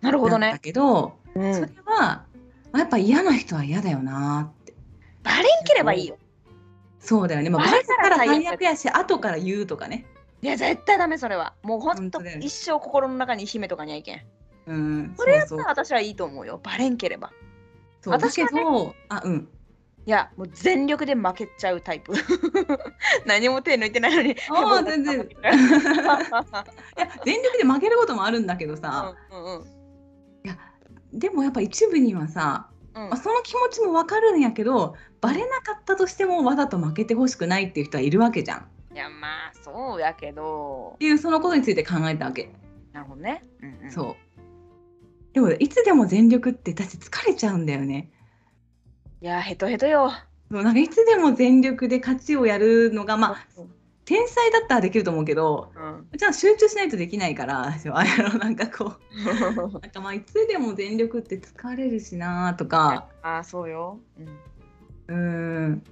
S1: なるほ
S2: な
S1: ど
S2: んだ
S1: ね
S2: けど、
S1: うん
S2: それは、まあ、やっぱ嫌な人は嫌だよなって
S1: バレんければいいよ
S2: そうだよね、まあ、
S1: バ
S2: バ
S1: レ
S2: レ
S1: た
S2: た
S1: ら
S2: ら
S1: 最悪
S2: 最悪やし後から言うとかね
S1: いや絶対ダメそれはもうほんと
S2: 本当だよね
S1: 一生心の中に秘めとかにはいけん
S2: うん
S1: それやった
S2: そう
S1: ら私はいいと思うよバレんければ
S2: そうそうだ
S1: 私
S2: け
S1: はね
S2: ど、あうん
S1: いやもう全力で負けちゃうタイプ 何も手抜いてないのに
S2: ああ全然
S1: 負けちゃう
S2: いや全力で負けることも あるんだけどさ、
S1: うんうん
S2: でもやっぱ一部にはさ
S1: うん
S2: まあ、その気持ちもわかるんやけどバレなかったとしてもわざと負けてほしくないっていう人はいるわけじゃんっ
S1: いやまあそうやけど
S2: ていうそのことについて考えたわけ、
S1: なるほどね、うんうん、
S2: そうでもいつでも全力って私疲れちゃうんだよね
S1: いやヘトヘトよ
S2: そうなんかいつでも全力で勝ちをやるのがまあ天才だったらできると思うけど
S1: うん、
S2: じゃあ集中しないとできないから そうあのなんかこうなんかまあいつでも全力って疲れるしなとか
S1: あーそうよ、うん
S2: うん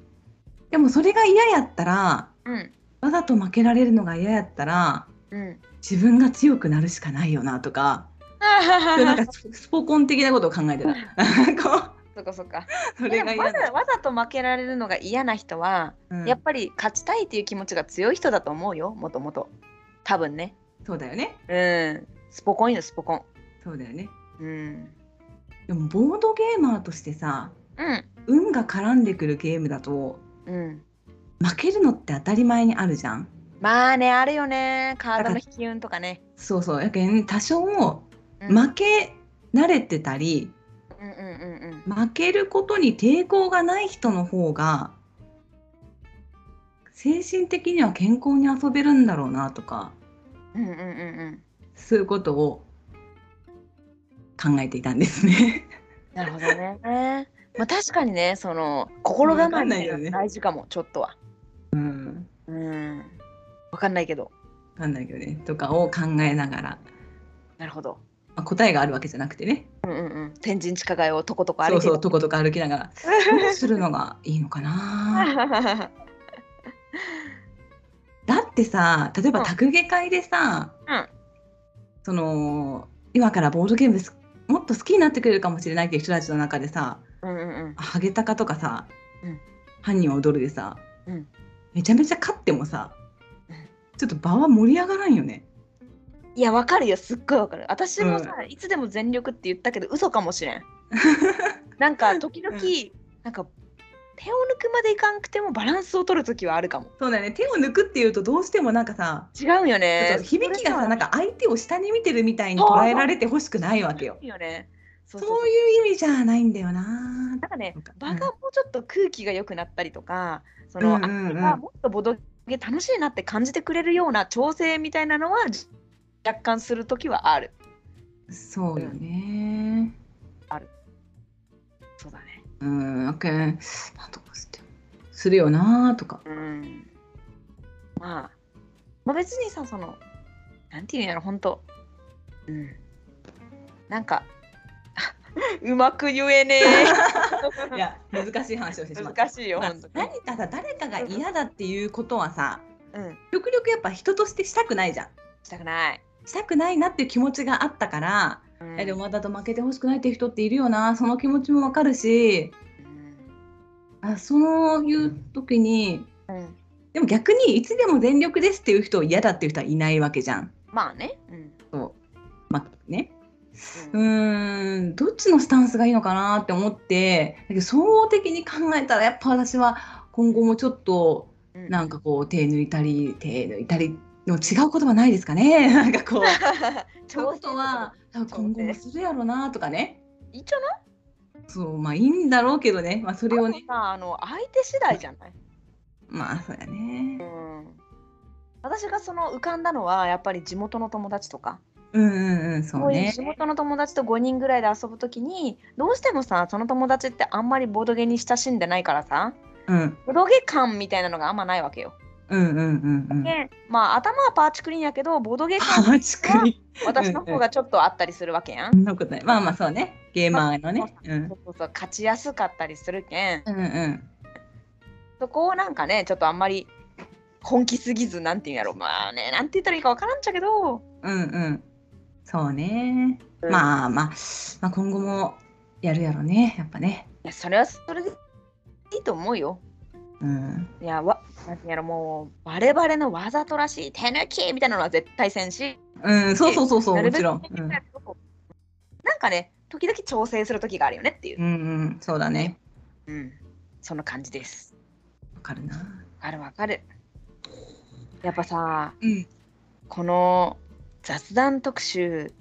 S2: でもそれが嫌やったら
S1: うん
S2: わざと負けられるのが嫌やったら
S1: うん、
S2: 自分が強くなるしかないよなとかそういうなんかススポコン的なことを考えてた こ
S1: そっかそっか
S2: うそ
S1: で
S2: れが
S1: も
S2: 嫌
S1: わざ
S2: だ、
S1: わざと負けられるのが嫌な人は、
S2: うん
S1: やっぱり勝ちたいっていう気持ちが強い人だと思うよもともと多分ね
S2: そうだよね
S1: うんスポコンよスポコン
S2: そうだよね
S1: うん
S2: でもボードゲーマーとしてさ
S1: うん
S2: 運が絡んでくるゲームだと
S1: うん
S2: 負けるのって当たり前にあるじゃん
S1: まあねあるよね体の引き運とかね
S2: そうそうやけん多少
S1: うん
S2: 負け慣れてたり、
S1: うんうんうん
S2: 負けることに抵抗がない人の方が精神的には健康に遊べるんだろうなとか
S1: うんうんうんうんうん
S2: そういうことを考えていたんですね。
S1: なるほどねね まあ確かにねその心構えみたいな
S2: わかんないよね
S1: の大事かもちょっとは
S2: うん、
S1: うんわかんないけど
S2: わかんないけどねとかを考えながら、
S1: なるほど
S2: まあ、答えがあるわけじゃなくてね
S1: うんうんうん天神地下街をとことこ
S2: そ
S1: 歩いうて
S2: そ
S1: る
S2: うとことか歩きながらどうするのがいいの かなだってさ例えば
S1: うん
S2: 卓下会でさ、
S1: うん
S2: その今からボードゲームすもっと好きになってくれるかもしれないっていう人たちの中でさ
S1: うんうんうん
S2: ハゲタカとかさ、
S1: うん
S2: 犯人は踊るでさ、
S1: うん
S2: めちゃめちゃ勝ってもさ、
S1: うん
S2: ちょっと場は盛り上がらんよね。
S1: いやわかるよすっごいわかる私もさ、いつでも全力って言ったけど嘘かもし れんなんか時々、
S2: うん
S1: なんか手を抜くまでいかんくてもバランスを取る時はあるかも
S2: そうだよね手を抜くっていうとどうしてもなんかさ、
S1: 違うよ
S2: ちょっ
S1: ね
S2: と響きが
S1: それ
S2: さなんか相手を下に見てるみたいに
S1: そう
S2: 捉えられてほしくないわけよ。
S1: いいよねそうそうそう
S2: そういう意味じゃないんだよな
S1: なんかね
S2: そうか
S1: 場がもうちょっと空気が良くなったりとか、そ
S2: うん
S1: の
S2: うんうん
S1: 相手がもっとボドゲ楽しいなって感じてくれるような調整みたいなのはじ若干する時はある。
S2: そうよね。
S1: そうだね。
S2: うん、オッケー。なんとかして。するよなーとか。
S1: うん。まあ、まあ、別にさそのなんていうんやろ本当。うん。なんか うまく言え ね
S2: いや、難しい話をして
S1: え。
S2: しまった。
S1: 難しいよ
S2: まあ
S1: 本当に。
S2: 何かさ、誰かが嫌だっていうことはさ、
S1: うん。
S2: 極力やっぱ人としてしたくないじゃん。
S1: したくない。
S2: したくないなっていう気持ちがあったから、
S1: うん
S2: えでもわざと負けてほしくないっていう人っているよな。その気持ちもわかるし、
S1: うん
S2: あそういう時に、
S1: うん
S2: でも逆にいつでも全力ですっていう人を嫌だっていう人はいないわけじゃん。
S1: まあね。うん。
S2: まあね。
S1: う
S2: うんーんどっちのスタンスがいいのかなって思ってだけど総合的に考えたらやっぱ私は今後もちょっと
S1: うん
S2: なんかこう手抜いたり手抜いたりの違う言葉ないですかね なんかこう。 そういうことは多分今後もするやろなとかね
S1: いいじゃない
S2: そうまあいいんだろうけどね、まあ、それを
S1: で
S2: ね
S1: もさあの相手次第じゃない、
S2: まあそうやね
S1: 私がその浮かんだのはやっぱり地元の友達とか
S2: うんうんうんそう
S1: こういう
S2: ね
S1: 地元の友達と5人ぐらいで遊ぶときにどうしてもさその友達ってあんまりボードゲに親しんでないからさ
S2: うん
S1: ボードゲ感みたいなのがあんまないわけよ。
S2: うんうんうんうん
S1: でまあ頭はパーチクリーンやけどボードゲ 感
S2: あちくり
S1: 私の方がちょっとあったりするわけや
S2: そ
S1: ん。
S2: んなことないまあまあそうねゲーマーのねうん
S1: そうそうそう勝ちやすかったりするけん
S2: うんうん
S1: そこをなんかねちょっとあんまり本気すぎずなんていうんやろまあねなんて言ったらいいかわからんちゃけど
S2: うんうんそうねまあまあ、まあ、今後もやるやろねやっぱね。
S1: いやそれはそれでいいと思うよ。
S2: うん、
S1: いやわなんていうんやろもう我々のわざとらしい手抜きみたいなのは絶対せんし
S2: うん、そうそうそうそう
S1: な
S2: も
S1: るべ
S2: ち
S1: く
S2: ろん。
S1: 手抜きだけどなんかね時々調整する時があるよねっていう
S2: う、ん、うんうん、そうだね。
S1: うん、その感じです。
S2: わかるな。
S1: わかるわかる。やっぱさ
S2: うん、
S1: この雑談特集、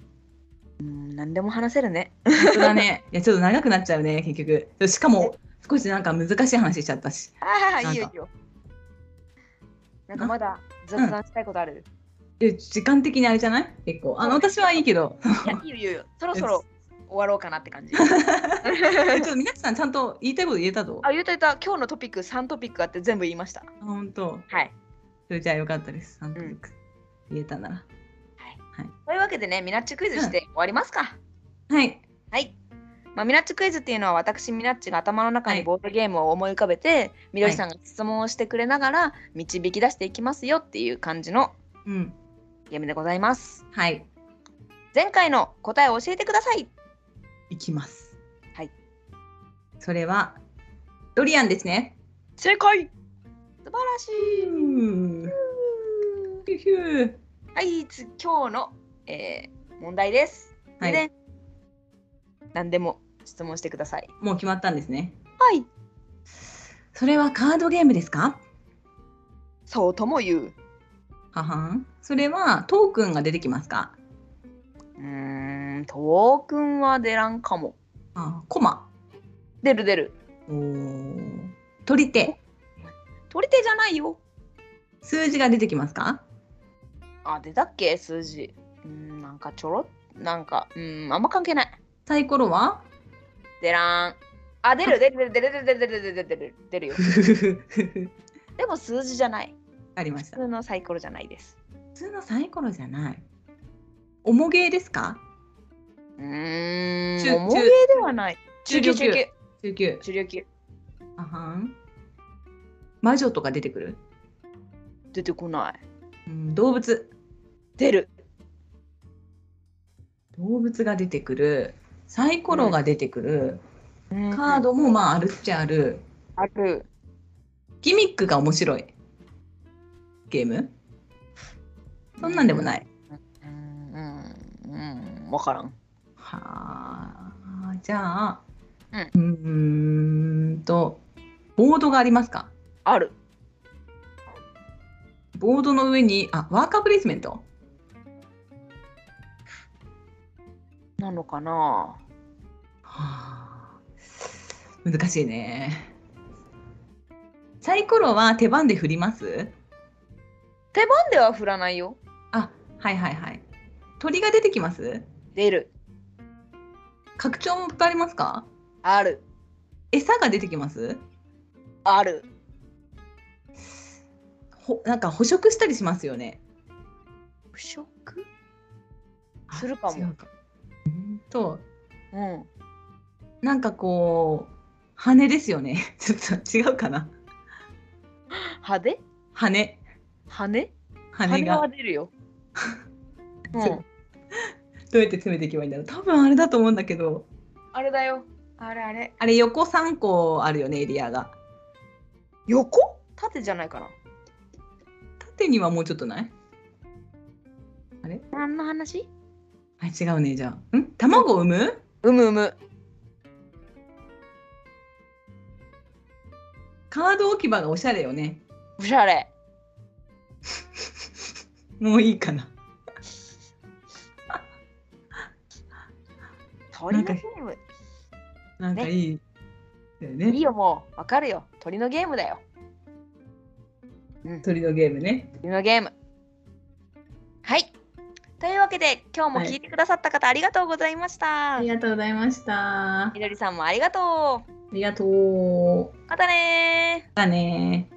S1: うん、何でも話せるね。
S2: 本当だね。いやちょっと長くなっちゃうね結局。しかも少しなんか難しい話しちゃったし。
S1: ああ
S2: なんか
S1: いいよいいよ。なんかまだ雑談したいことある、
S2: え時間的にあれじゃない？結構。あの私はいいけど。
S1: いやいいよいいよ。そろそろ終わろうかなって 感じ。
S2: えちょっと皆さんちゃんと言いたいこと言えたぞ。
S1: あ、言うといた今日のトピック3トピックあって全部言いました。
S2: あ本当。
S1: はい。
S2: それじゃあよかったです。サントリック言えたなら。
S1: というわけでね、ミナッチクイズして終わりますか。
S2: はい。
S1: はい。まあ、ミナッチクイズっていうのは私ミナッチが頭の中にボードゲームを思い浮かべて、みどりさんが質問をしてくれながら導き出していきますよっていう感じの
S2: うん。
S1: ゲームでございます。
S2: はい。
S1: 前回の答えを教えてください。
S2: いきます。
S1: はい。
S2: それはドリアンですね。
S1: 正解素晴らしい
S2: ヒューヒュー
S1: はい、つ今日の、えー問題です。
S2: はい
S1: で、何でも質問してください。
S2: もう決まったんですね。
S1: はい。
S2: それはカードゲームですか？
S1: そうとも言う。
S2: ははん。それはトークンが出てきますか？
S1: うーん、トークンは出らんかも。
S2: あ、コマ。
S1: 出る出る。
S2: おー取り手。
S1: 取り手じゃないよ。
S2: 数字が出てきますか？
S1: あ、出たっけ数字。うーん、なんかちょろなんか、うーん、あんま関係ない。
S2: サイコロは？
S1: 出らん。あ、出る出る出る出る出る出る出る出る出るよ。でも数字じゃない。
S2: ありました
S1: 普。通のサイコロじゃないです。
S2: 普通のサイコロじゃない。おもげですか？
S1: うー
S2: 中
S1: ん、重げではない。
S2: 中
S1: 中
S2: 級
S1: 級中級。
S2: 中級。
S1: 中級級。
S2: あはん。魔女とか出てくる？
S1: 出てこない。
S2: うん、動物。
S1: 出る。
S2: 動物が出てくる。サイコロが出てくる。カ
S1: カ
S2: ードもまああるっちゃある。
S1: ある。
S2: ギミックが面白い。ゲーム？そんなんでもない。
S1: うん、うん、うん、わからん。
S2: はあ。じゃあ。
S1: う
S2: うーんとボードがありますか？
S1: ある。
S2: ボードの上にあワーカープレイスメント。
S1: なのかな
S2: はあ難しいねサイコロは手番で振ります
S1: 手番では振らないよ。
S2: あはいはいはい鳥が出てきます
S1: 出る。
S2: 拡張もありますか
S1: ある。
S2: 餌が出てきます
S1: ある。
S2: ほなんか捕食したりしますよね
S1: 不食するかも
S2: あ違うかうんと
S1: うん。
S2: なんかこう羽ですよね ちょっと違うかな
S1: 派手
S2: 羽
S1: 羽
S2: 羽
S1: 羽
S2: が
S1: は出る よ。うん。
S2: どうやって詰めていけばいいんだろう多分あれだと思うんだけど
S1: あれだよ。あれあれ。
S2: あれ横3個あるよねエリアが
S1: 横縦じゃないかな。
S2: 縦にはもうちょっとない
S1: 何の話
S2: あ違うねじゃあん卵を産む
S1: うむうむ。
S2: カード置き場がおしゃれよね
S1: おしゃれ。
S2: もういいかな
S1: 鳥の
S2: な
S1: ゲ
S2: んか
S1: ーム。
S2: なんかいい、だよね
S1: いいよ、もう。わかるよ。鳥のゲームだよ。うん。
S2: 鳥のゲームね
S1: 次のゲーム。はい。というわけで、今日も聞いてくださった方、ありがとうございました。
S2: がとうございましたあ
S1: みどりさんもありがと
S2: りがとう
S1: う。またねー。
S2: だねー